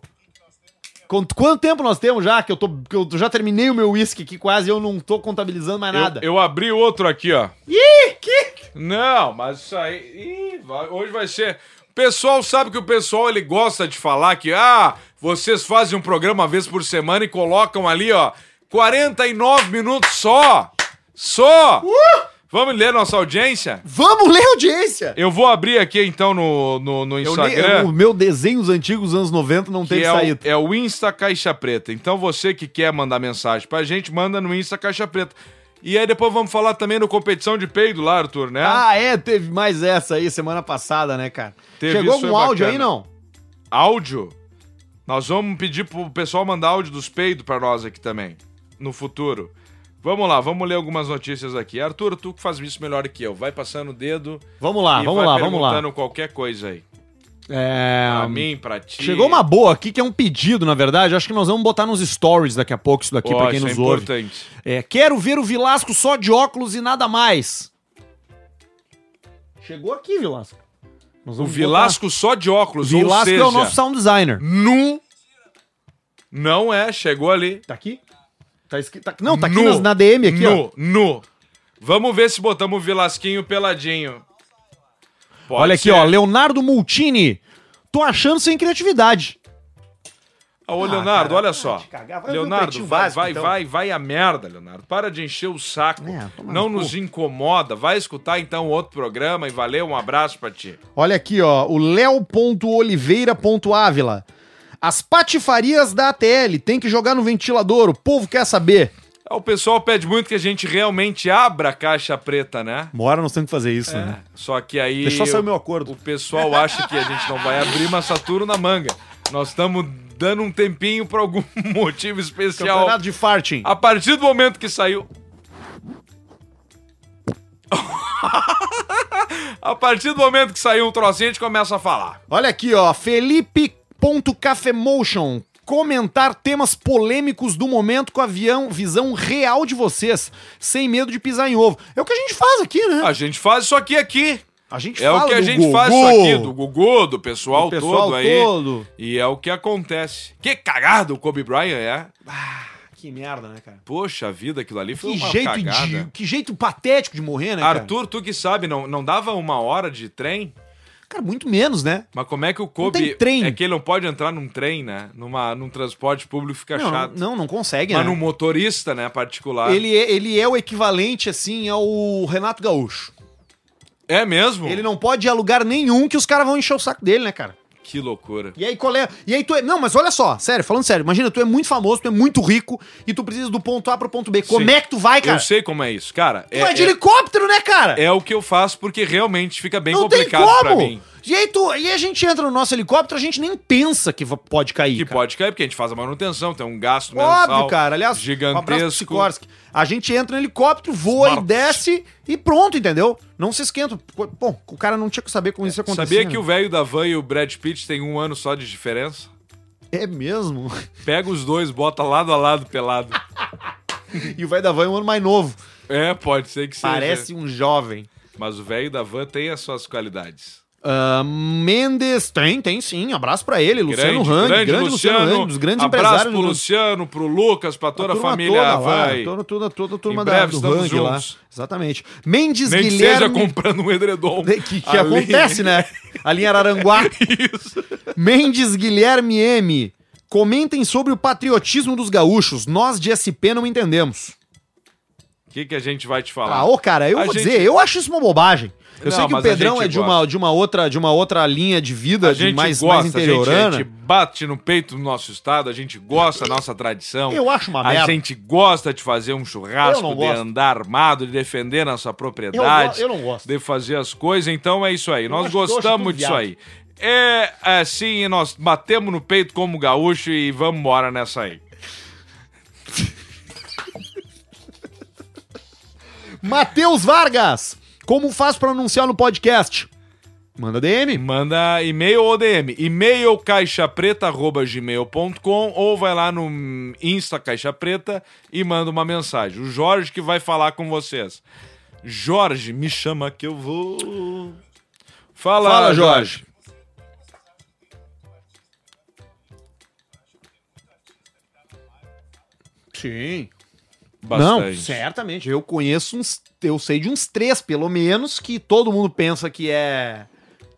Quanto, quanto tempo nós temos já? Que eu, tô, que eu já terminei o meu uísque aqui quase eu não tô contabilizando mais nada.
Eu, eu abri outro aqui, ó.
Ih, que...
Não, mas isso aí. Ih, vai- hoje vai ser. O pessoal sabe que o pessoal ele gosta de falar que, ah, vocês fazem um programa uma vez por semana e colocam ali, ó, 49 minutos só! Só!
Uh!
Vamos ler nossa audiência?
Vamos ler a audiência!
Eu vou abrir aqui então no, no, no
Eu li-
Instagram.
o meu desenhos antigos, anos 90, não
Que
teve
é o,
saída.
é o Insta Caixa Preta. Então você que quer mandar mensagem pra gente, manda no Insta Caixa Preta. E aí depois vamos falar também no competição de peido lá, Arthur, né?
Ah, é, teve mais essa aí semana passada, né, cara?
Teve
Chegou
isso,
algum
é
áudio aí,
bacana.
não?
áudio. Nós vamos pedir pro pessoal mandar áudio dos peidos pra nós aqui também, no futuro. Vamos lá, vamos ler algumas notícias aqui. Arthur, tu que faz isso melhor que eu. Vai passando o dedo
Vamos lá,
e
Tá, vamos
vai
lá, vamos
perguntando
lá.
qualquer coisa aí.
É...
Pra mim, pra ti.
Chegou uma boa aqui, que é um pedido, na verdade. Acho que nós vamos botar nos stories daqui a pouco isso daqui,
Ó,
pra quem
isso é
nos ouve.
importante.
É, quero ver o Vilasco só de óculos e nada mais. Chegou aqui, Vilasco. Nós
O
vamos
Vilasco só de
botar-
óculos, ou
Vilasco
seja,
é o nosso sound designer.
nu... Não é, chegou ali.
Tá aqui? Tá escrito. tá- Não, tá aqui
Nu.
nas- na DM aqui, ó.
nu, nu. Vamos ver se botamos o Vilasquinho peladinho. Pode
Olha aqui,
ser.
ó. Leonardo Multini. Tô achando sem criatividade.
Ah, Ô, Leonardo,
cara,
olha
vai
só.
te cagar, vai ver o
Leonardo,
Pretinho
vai,
Básico,
vai,
então.
vai, vai a merda, Leonardo. Para de encher o saco.
É, toma
Não
no
nos incomoda. Vai escutar então outro programa e valeu, um abraço pra ti.
Olha aqui, ó, o leo.oliveira.ávila. As patifarias da ATL tem que jogar no ventilador, o povo quer saber.
Ah, O pessoal pede muito que a gente realmente abra a caixa preta, né?
Bora, nós temos que fazer
É.
isso, né?
Só que aí.
Deixa eu só sair
o,
o meu acordo.
o pessoal acha que a gente não vai abrir, mas Saturo na manga. Nós estamos dando um tempinho por algum motivo especial.
Campeonato de farting.
é A partir do momento que saiu. a partir do momento que saiu um trocinho, a gente começa a falar.
Olha aqui, ó, felipe.cafemotion. Comentar temas polêmicos do momento com a avião, visão real de vocês, sem medo de pisar em ovo. É o que a gente faz aqui, né?
A gente faz isso aqui aqui.
A gente
É o que a
do
gente faz isso
Gugu,
aqui, do Gugu, do pessoal,
do pessoal
todo aí.
todo.
E é o que acontece. Que cagada o Kobe Bryant é.
Que merda, né, cara?
Poxa vida, aquilo ali foi
Que
uma
jeito,
cagada.
de, que jeito patético de morrer, né, cara?
Arthur, tu que sabe, não, não dava uma hora de trem?
Cara, muito menos, né?
Mas como é que o
Não
Kobe...
tem trem.
É que ele não pode entrar num trem, né? Numa, num transporte público fica
Não,
chato.
não, não consegue,
Mas
né?
num motorista, né, particular.
Ele, é, ele é o equivalente, assim, ao Renato Gaúcho.
É mesmo?
Ele não pode ir a lugar nenhum que os caras vão encher o saco dele, né, cara?
Que loucura.
E aí, qual é? E aí tu é... Não, mas olha só, sério, falando sério. Imagina, tu é muito famoso, tu é muito rico e tu precisa do ponto A pro ponto B. Como
Sim.
é que tu vai, cara?
Eu sei como é isso, cara.
Tu
É,
vai de
é,
helicóptero, né, cara?
é o que eu faço porque realmente fica bem
não tem
complicado pra
como!
mim.
E aí, tu... e aí a gente entra no nosso helicóptero, a gente nem pensa que va- pode cair,
Que
cara.
pode cair, porque a gente faz a manutenção, tem um gasto mensal.
Óbvio, cara. Aliás, um abraço pro
gigantesco.
Sikorsky. A gente entra no helicóptero, voa
Smart.
e desce e pronto, entendeu? Não se esquenta. Bom, o cara não tinha que saber como isso acontecia.
É, Sabia que
né?
o velho da van e o Brad Pitt têm um ano só de diferença?
É mesmo?
Pega os dois, bota lado a lado pelado.
E o velho da van é um ano mais novo.
É, pode ser que seja.
Parece um jovem.
Mas o velho da van tem as suas qualidades.
Ah, Mendes, tem, tem sim. Abraço pra ele, Luciano Rang, grande, Luciano, Hang, um dos grandes
abraço
empresários.
pro
do-
Luciano, pro Lucas, pra toda a,
turma
família
toda lá,
vai.
Toda, toda, toda a turma
Em
da,
breve
do
estamos
Hang lá.
juntos.
Exatamente. Mendes
Nem que
Guilherme.
seja comprando um edredom.
De- Que, que
A linha-
acontece, né? A linha Araranguá. Mendes Guilherme M. Comentem sobre o patriotismo dos gaúchos. Nós de SP não entendemos.
O que, que a gente vai te falar?
Ah, ô, cara, eu
A
vou
gente-
dizer, eu acho isso uma bobagem. Eu
Não,
sei que o
mas a
Pedrão
gente
é de uma,
gosta.
de, uma outra, de uma outra linha de vida,
a
de
gente
mais,
gosta,
mais
A, gente, é tipo- a
interiorana.
gente bate no peito do nosso estado, a gente gosta da nossa tradição.
Eu acho uma
a
merda.
gente gosta de fazer um
Eu não
churrasco, de
gosto.
andar armado, de defender nossa
Eu,
propriedade.
eu não gosto.
de fazer as coisas, então é isso aí. nós
acho que eu acho
gostamos
tudo
disso
viado.
aí. É assim, nós batemos no peito como gaúcho e vamos embora nessa aí.
Matheus Vargas, como faz pra anunciar no podcast? Manda DM.
Manda e-mail ou DM. E-mail caixapreta.gmail.com ou vai lá no Insta Caixa Preta e manda uma mensagem. O Jorge que vai falar com vocês. Jorge, me chama que eu vou. Fala,
Fala,
Jorge.
Jorge. Sim. Não, certamente. Eu conheço uns. Eu sei de uns três, pelo menos, que todo mundo pensa que é.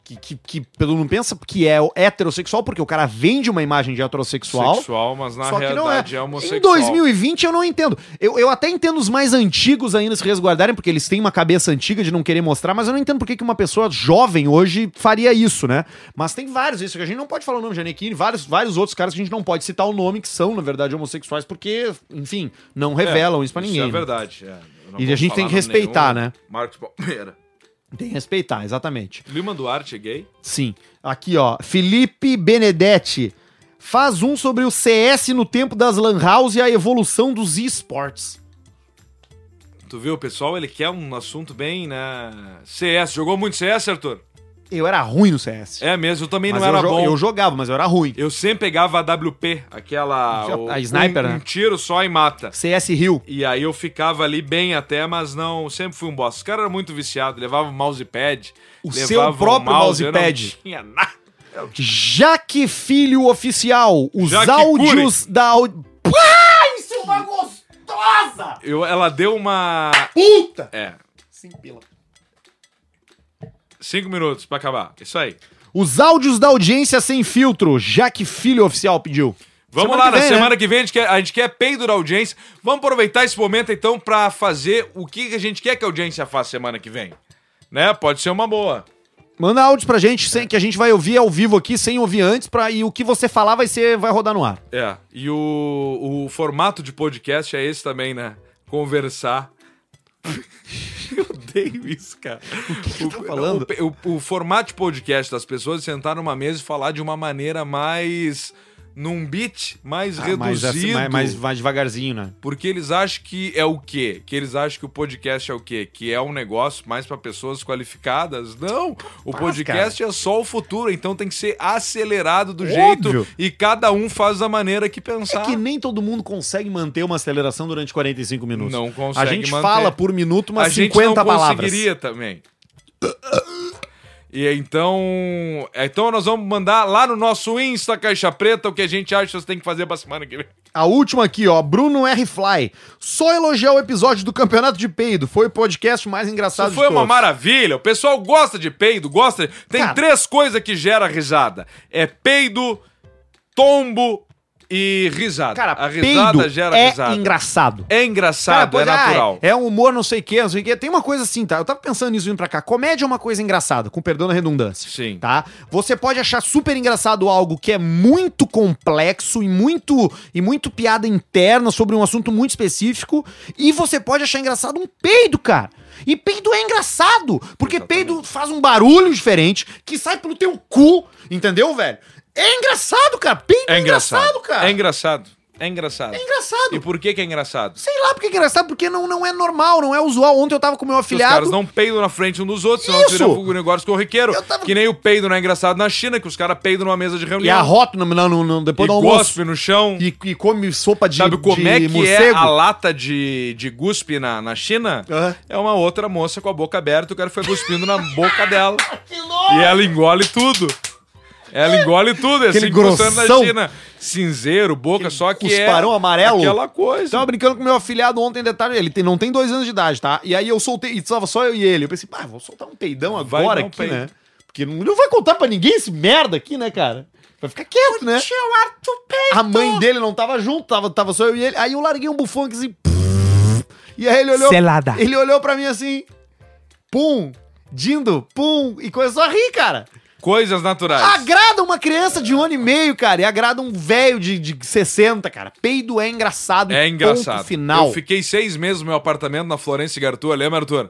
Que, que, que todo mundo pensa que é heterossexual, porque o cara vende uma imagem de heterossexual.
Sexual, mas na
Só que não é.
realidade é. homossexual.
Em 2020 eu não entendo. Eu, eu até entendo os mais antigos ainda se resguardarem, porque eles têm uma cabeça antiga de não querer mostrar, mas eu não entendo por que que uma pessoa jovem hoje faria isso, né? Mas tem vários, isso que a gente não pode falar o nome, Janequine, vários, vários outros caras que a gente não pode citar o nome, que são, na verdade, homossexuais, porque, enfim, não revelam isso pra ninguém.
Isso é
né?
verdade. é. Eu não
E
vou
a gente tem
falar
que
nome
respeitar,
nenhum.
né?
Marcos Palmeira.
Tem que respeitar, exatamente.
Lima Duarte é gay?
Sim. Aqui, ó. Felipe Benedetti. Faz um sobre o CS no tempo das Lan House e a evolução dos esportes.
Tu viu, pessoal? Ele quer um assunto bem, né? CS. Jogou muito CS, Arthur?
Eu era ruim no CS.
É mesmo, eu também
Mas
não era
eu, jo-
bom.
eu
Eu...
jogava, mas eu era ruim.
sempre pegava a WP, aquela.
A-
o-
a sniper,
um,
né?
um tiro só e mata.
CS Rio.
E aí eu ficava ali bem até, mas não, sempre fui um bosta. Os caras eram muito viciados, levavam mousepad.
O
levavam
seu próprio
mouse, eu não
mousepad.
tinha nada.
Jaque Filho Oficial. Os
Jaque
áudios da. au-
Isso é uma gostosa!
Eu, ela deu um uma.
Puta!
É,
Sim, pila.
cinco minutos pra acabar. Isso aí.
Os áudios da audiência sem filtro. Jaque Filho Oficial pediu.
Vamos
Semana
lá,
que
na
vem, né?
semana que vem a gente, quer, a gente quer peido da audiência. Vamos aproveitar esse momento então pra fazer o que que a gente quer que a audiência faça semana que vem. Né? Pode ser uma boa.
Manda áudios pra gente, sem, que a gente vai ouvir ao vivo aqui, sem ouvir antes, pra, e o que você falar vai ser vai rodar no ar.
É. E o, o formato de podcast é esse também, né? Conversar. Eu odeio isso, cara. O
tá falando?
O, o- o formato de podcast das pessoas é sentar numa mesa e falar de uma maneira mais. num beat mais
Ah,
reduzido.
mas assim, mais- mais- mais devagarzinho, né?
Porque eles acham que é o quê? Que eles acham que o podcast é o quê? Que é um negócio mais pra pessoas qualificadas? Não! O
Ah,
podcast é só o futuro, então tem que ser acelerado do
Óbvio.
jeito e cada um faz da maneira que
É
pensar.
que nem todo mundo consegue manter uma aceleração durante 45 minutos.
Não
A
consegue
gente
manter.
fala por minuto umas
A gente
50
não
palavras.
conseguiria também. E então, então nós vamos mandar lá no nosso Insta Caixa Preta o que a gente acha que você tem que fazer pra semana que vem.
A última aqui, ó, Bruno R. Fly. Só elogiar o episódio do Campeonato de Peido. Foi o podcast mais engraçado
Isso foi
de todos.
uma maravilha. O pessoal gosta de peido, gosta. Tem
Cara.
três coisas que gera risada: é peido, tombo e risada.
Cara,
a risada
peido
gera
é
risada.
engraçado.
É
Cara,
engraçado,
pode-
é natural.
ah, é um humor não sei o que, não sei o que. Tem uma coisa assim, tá? Eu tava pensando nisso vindo pra cá. Comédia é uma coisa engraçada, com perdão da redundância.
Sim.
Tá? Você pode achar super engraçado algo que é muito complexo e muito, e muito piada interna sobre um assunto muito específico. E você pode achar engraçado um peido, cara. E peido é engraçado, porque peido faz um barulho diferente que sai pelo teu cu, entendeu, velho? É engraçado, cara. Peido é, engraçado, cara.
É engraçado. É engraçado.
é engraçado.
E por que, que é engraçado?
Sei lá porque é engraçado, porque não, não é normal, não é usual. Ontem eu tava com meu
Porque Os caras
afilhado.
não peidam na frente um dos outros, senão
Isso!
vira um negócio corriqueiro.
Eu tava-
Que nem o peido não é engraçado na China, que os caras peidam numa mesa de reunião.
E arroto no, no, no, no-
e
depois do almoço.
cospe no chão.
E, e come sopa de,
Sabe como
de
é que é
morcego.
a lata de, de guspe na, na China?
Aham.
É uma outra moça com a boca aberta, o cara foi cuspindo na boca dela.
Que louco!
E ela engole tudo. Ela engole tudo, é
Aquele
5% da
grossão.
China. Cinzeiro, boca, só que é
cusparão Então- amarelo.
aquela coisa.
Tava brincando com meu afilhado ontem, detalhe, ele tem- não tem dois anos de idade, tá? E aí eu soltei, e tava só eu e ele. Eu pensei, pá, vou soltar um peidão
Vai
agora
dar um
aqui,
peido.
né? Porque não, não vai contar pra ninguém esse merda aqui, né, cara? Vai ficar quieto, né? A mãe dele não tava junto, tava, tava só eu e ele. Aí eu larguei um bufão que assim... E aí ele olhou...
Selada.
Ele olhou pra mim assim... Pum, dindo, pum, e começou a rir, cara.
Coisas naturais.
Agrada uma criança de um ano e meio, cara, e agrada um velho de, de 60, cara. Peido é engraçado.
É engraçado.
Ponto final.
Eu fiquei seis meses no meu apartamento na Florença e Arthur, lembra, Arthur?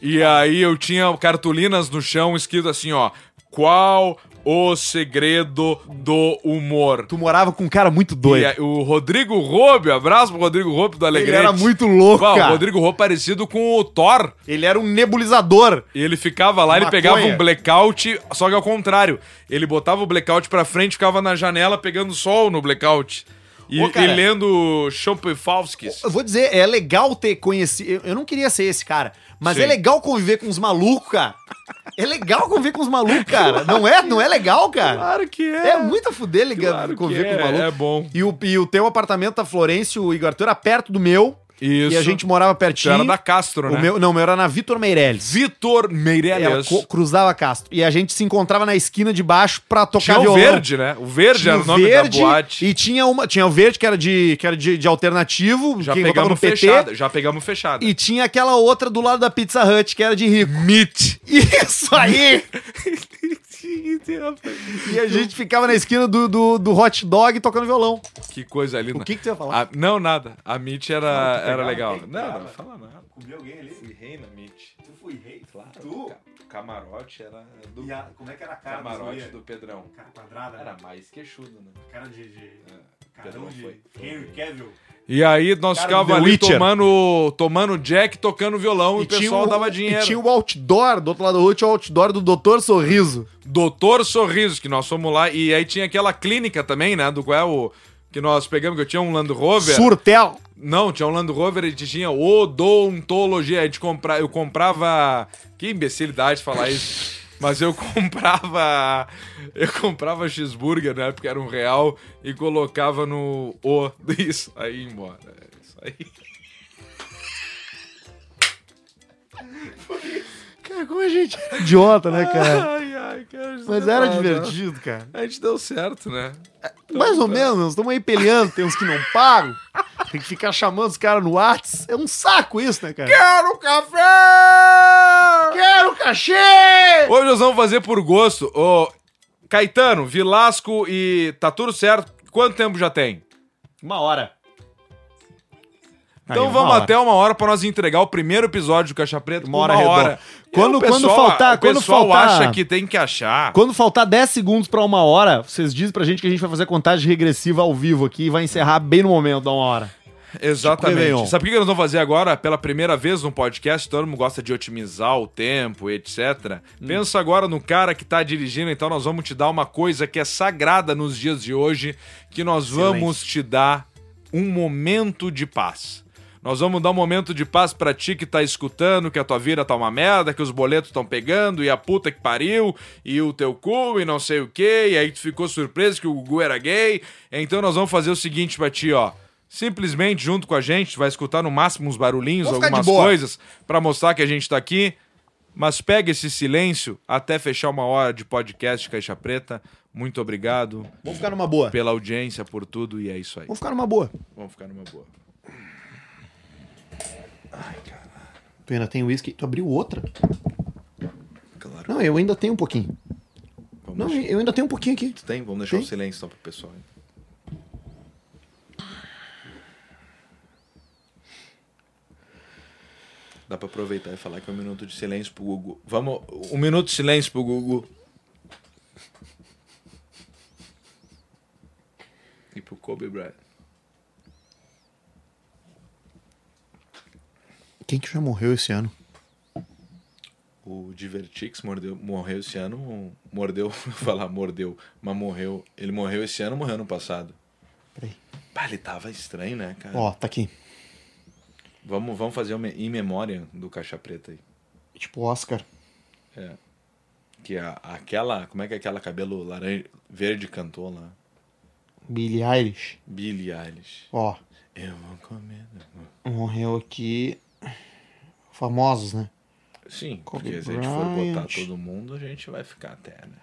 E aí eu tinha cartolinas no chão escrito assim, ó. Qual o segredo do humor?
Tu morava com um cara muito
E
doido.
aí, o Rodrigo Roube, abraço pro Rodrigo Roube do
Ele
Alegrete.
era muito louco,
Bah, o
cara.
Rodrigo Roube parecido com o Thor.
Ele era um nebulizador.
E ele ficava lá, ele
Maconha.
pegava um blackout, só que ao contrário. Ele botava o blackout pra frente, ficava na janela pegando sol no blackout. E,
Ô, cara.
e lendo Champifalskis.
Eu vou dizer, é legal ter conhecido. Eu, eu não queria ser esse cara, mas
Sim.
é legal conviver com os malucos, cara. É legal conviver com os malucos, cara. Não é, não é legal, cara?
Claro que
É, muito a fuder ligar,
Claro que
conviver
é,
com o maluco.
é bom.
E o, e o teu apartamento da Florencio o Igor Arthur, era perto do meu.
Isso.
E a gente morava
Isso
pertinho.
era da Castro, né?
o meu, não, o meu era na Vitor Meirelles.
Vitor
Ela
Meirelles.
co- cruzava Castro. E a gente se encontrava na esquina de baixo pra tocar
Tinha o
violão.
verde, né? O verde
Tinha
era
o
o nome
verde
da boate.
e tinha uma tinha o verde que era de que era de, de alternativo
Já
que votava
pegamos fechada. Já pegamos fechada.
e tinha aquela outra do lado da Pizza Hut que era de rico
Meet.
isso aí e a gente ficava na esquina do, do, do hot dog tocando violão
Que coisa linda.
o que que tu ia falar
A- não, nada. A Meet era, era legal. Não, não fala nada. Comi alguém ali? Fui rei na Meet. Tu fui rei, claro. Tu? Camarote era do.
como é que era a cara
Camarote do Pedrão.
Cara quadrada,
Era mais queixudo, né?
Cara de... de...
Pedrão foi.
Henry Cavill.
E aí nós
Cara,
ficava
The
ali
Witcher. um-
tomando, tomando Jack, tocando violão e, o pessoal dava dinheiro.
e tinha o outdoor do outro lado da rua tinha o outdoor do Doutor Sorriso
Doutor Sorriso, que nós fomos lá. E aí tinha aquela clínica também, né? Do qual é o. Que nós pegamos, que eu tinha um Land Rover.
Surtel
Não, tinha um Land Rover e tinha odontologia. A gente compra... Eu comprava. Que imbecilidade falar isso. Mas eu comprava. Eu comprava cheeseburger na época, era um real, e colocava no O. Isso aí, embora. Isso aí.
cara como a gente é idiota né cara
Ai, ai, cara. isso
mas
não é
era
nada.
divertido cara
A gente deu certo, né?
Mais ou menos, nós estamos aí peleando, tem uns que não pagam. Tem que ficar chamando os caras no Whats. É um saco isso, né, cara?
Quero café!
Quero cachê!
Hoje nós vamos fazer por gosto. Ô, Caetano, Vilasco e tá tudo certo. Quanto tempo já tem?
Uma hora.
Então vamos até uma hora pra nós entregar o primeiro episódio do Caixa Preta.
Uma hora redonda. Quando-
E o
quando faltar-
o
quando
pessoal
faltar-
acha que tem que achar.
Quando faltar 10 segundos pra uma hora, vocês dizem pra gente que a gente vai fazer contagem regressiva ao vivo aqui e vai encerrar bem no momento da uma hora. Tipo Réveillon.
Exatamente. Sabe o que nós vamos fazer agora? Pela primeira vez num podcast, todo mundo gosta de otimizar o tempo, etc.
Hum.
Pensa agora no cara que tá dirigindo, então nós vamos te dar uma coisa que é sagrada nos dias de hoje, que nós vamos te dar um momento de paz. Nós vamos dar um momento de paz pra ti que tá escutando que a tua vida tá uma merda, que os boletos estão pegando e a puta que pariu e o teu cu e não sei o que, e aí tu ficou surpreso que o Gugu era gay. Então nós vamos fazer o seguinte pra ti, ó. Simplesmente junto com a gente, tu vai escutar no máximo uns barulhinhos,
Vamos ficar de
algumas
boa.
coisas pra mostrar que a gente tá aqui. Mas pega esse silêncio até fechar uma hora de podcast Caixa Preta. Muito obrigado
Vamos ficar numa boa.
pela audiência, por tudo e é isso aí.
Vamos ficar numa boa.
Vamos ficar numa boa.
Tu ainda tem uísque? Tu abriu outra? Claro. Não, eu ainda tenho um pouquinho.
Vamos
Não,
deixar.
eu ainda tenho um pouquinho aqui.
Tem? Vamos deixar
Tem.
o silêncio só pro pessoal. Dá pra aproveitar e falar que é um minuto de silêncio pro Gugu. Vamos, um minuto de silêncio pro Gugu. E pro Kobe Bryant.
Quem que já morreu esse ano?
O Divertix mordeu, morreu esse ano.
um,
Mordeu, vou falar mordeu, mas morreu. Ele morreu esse ano, morreu ano passado.
Peraí.
Pá, ele tava estranho, né,
É.
cara?
Ó, tá aqui.
Vamos, vamos fazer uma em memória do Caixa Preta aí.
Tipo Oscar.
Que a- aquela. Como é que é aquela cabelo laranja. Verde cantou lá?
Billie Eilish.
Billie Eilish.
Ó,
Eu vou comer.
morreu aqui. Famosos, né?
Sim,
Kobe
porque se a gente for botar
Bryant.
todo mundo, a gente vai ficar até, né?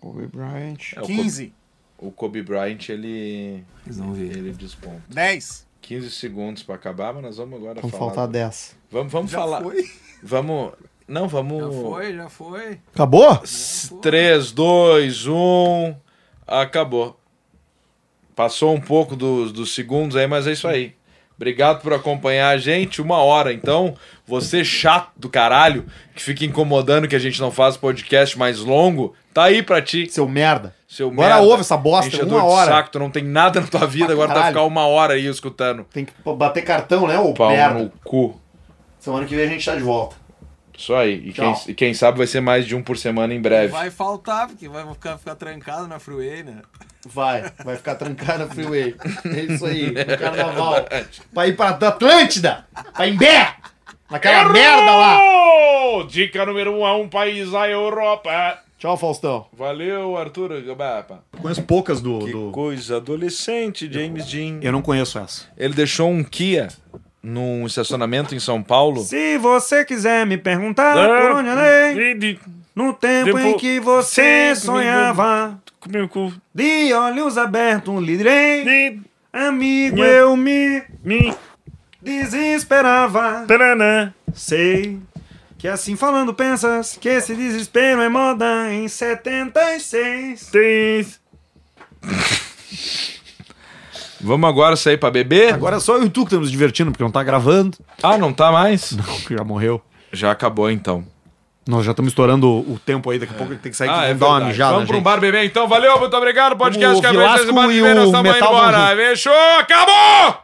Kobe Bryant.
É, o, Kobe,
15,
o Kobe Bryant, ele.
Vocês vão ver.
Ele desponta.
10.
15 segundos pra acabar, mas nós vamos agora
Vão
falar.
faltar
do-
10.
Vamos, vamos
Já
falar.
foi?
Vamos. Não, vamos.
Já foi, já foi.
Acabou?
3, 2, 1. Acabou. Passou um pouco dos, dos segundos aí, mas é isso aí. Obrigado por acompanhar a gente. Uma hora. Então, você chato do caralho, que fica incomodando que a gente não faz podcast mais longo, tá aí pra ti.
Seu merda.
Seu
Agora
merda.
ouve essa bosta,
Enchedor
uma
de
hora.
saco, tu não tem nada na tua vida,
Pra
agora tu vai
caralho.
ficar uma hora aí escutando.
Tem que pô, bater cartão, né, ô
Pau
merda?
no cu.
Semana que vem a gente tá de volta.
Isso aí. E quem,
Tchau.
e quem sabe vai ser mais de um por semana em breve.
Vai faltar, porque vai ficar, ficar trancado na freeway, né?
Vai, vai ficar trancado na freeway. É isso aí, no carnaval. Pra ir pra Atlântida, pra Imbé, naquela merda lá.
Oh, dica número um a um país, a Europa.
Tchau, Faustão.
Valeu, Arthur.
Conheço poucas do.
Que
do-
coisa adolescente, James Dean.
Eu não conheço essa.
Ele deixou um Kia num estacionamento em São Paulo.
Se você quiser me perguntar por onde andei, no tempo em que você sonhava, de olhos abertos liderei, amigo eu me, desesperava. Sei que assim falando pensas que esse desespero é moda em 76.
Vamos agora sair pra beber?
Agora é só eu e tu que estamos divertindo, porque não tá gravando,
Ah, não tá mais?
porque já morreu.
Já acabou então.
Nós já estamos estourando o o tempo aí, daqui a pouco ele tem que sair que vão dar uma
É. Ah, verdade.
mijada.
Vamos pra um
né, gente.
bar beber então. Valeu, muito obrigado. Podcast
O
que abriu
Vilasco
essa semana
e
que vem,
o
nós estamos indo
Metal vão
embora. Fechou, acabou!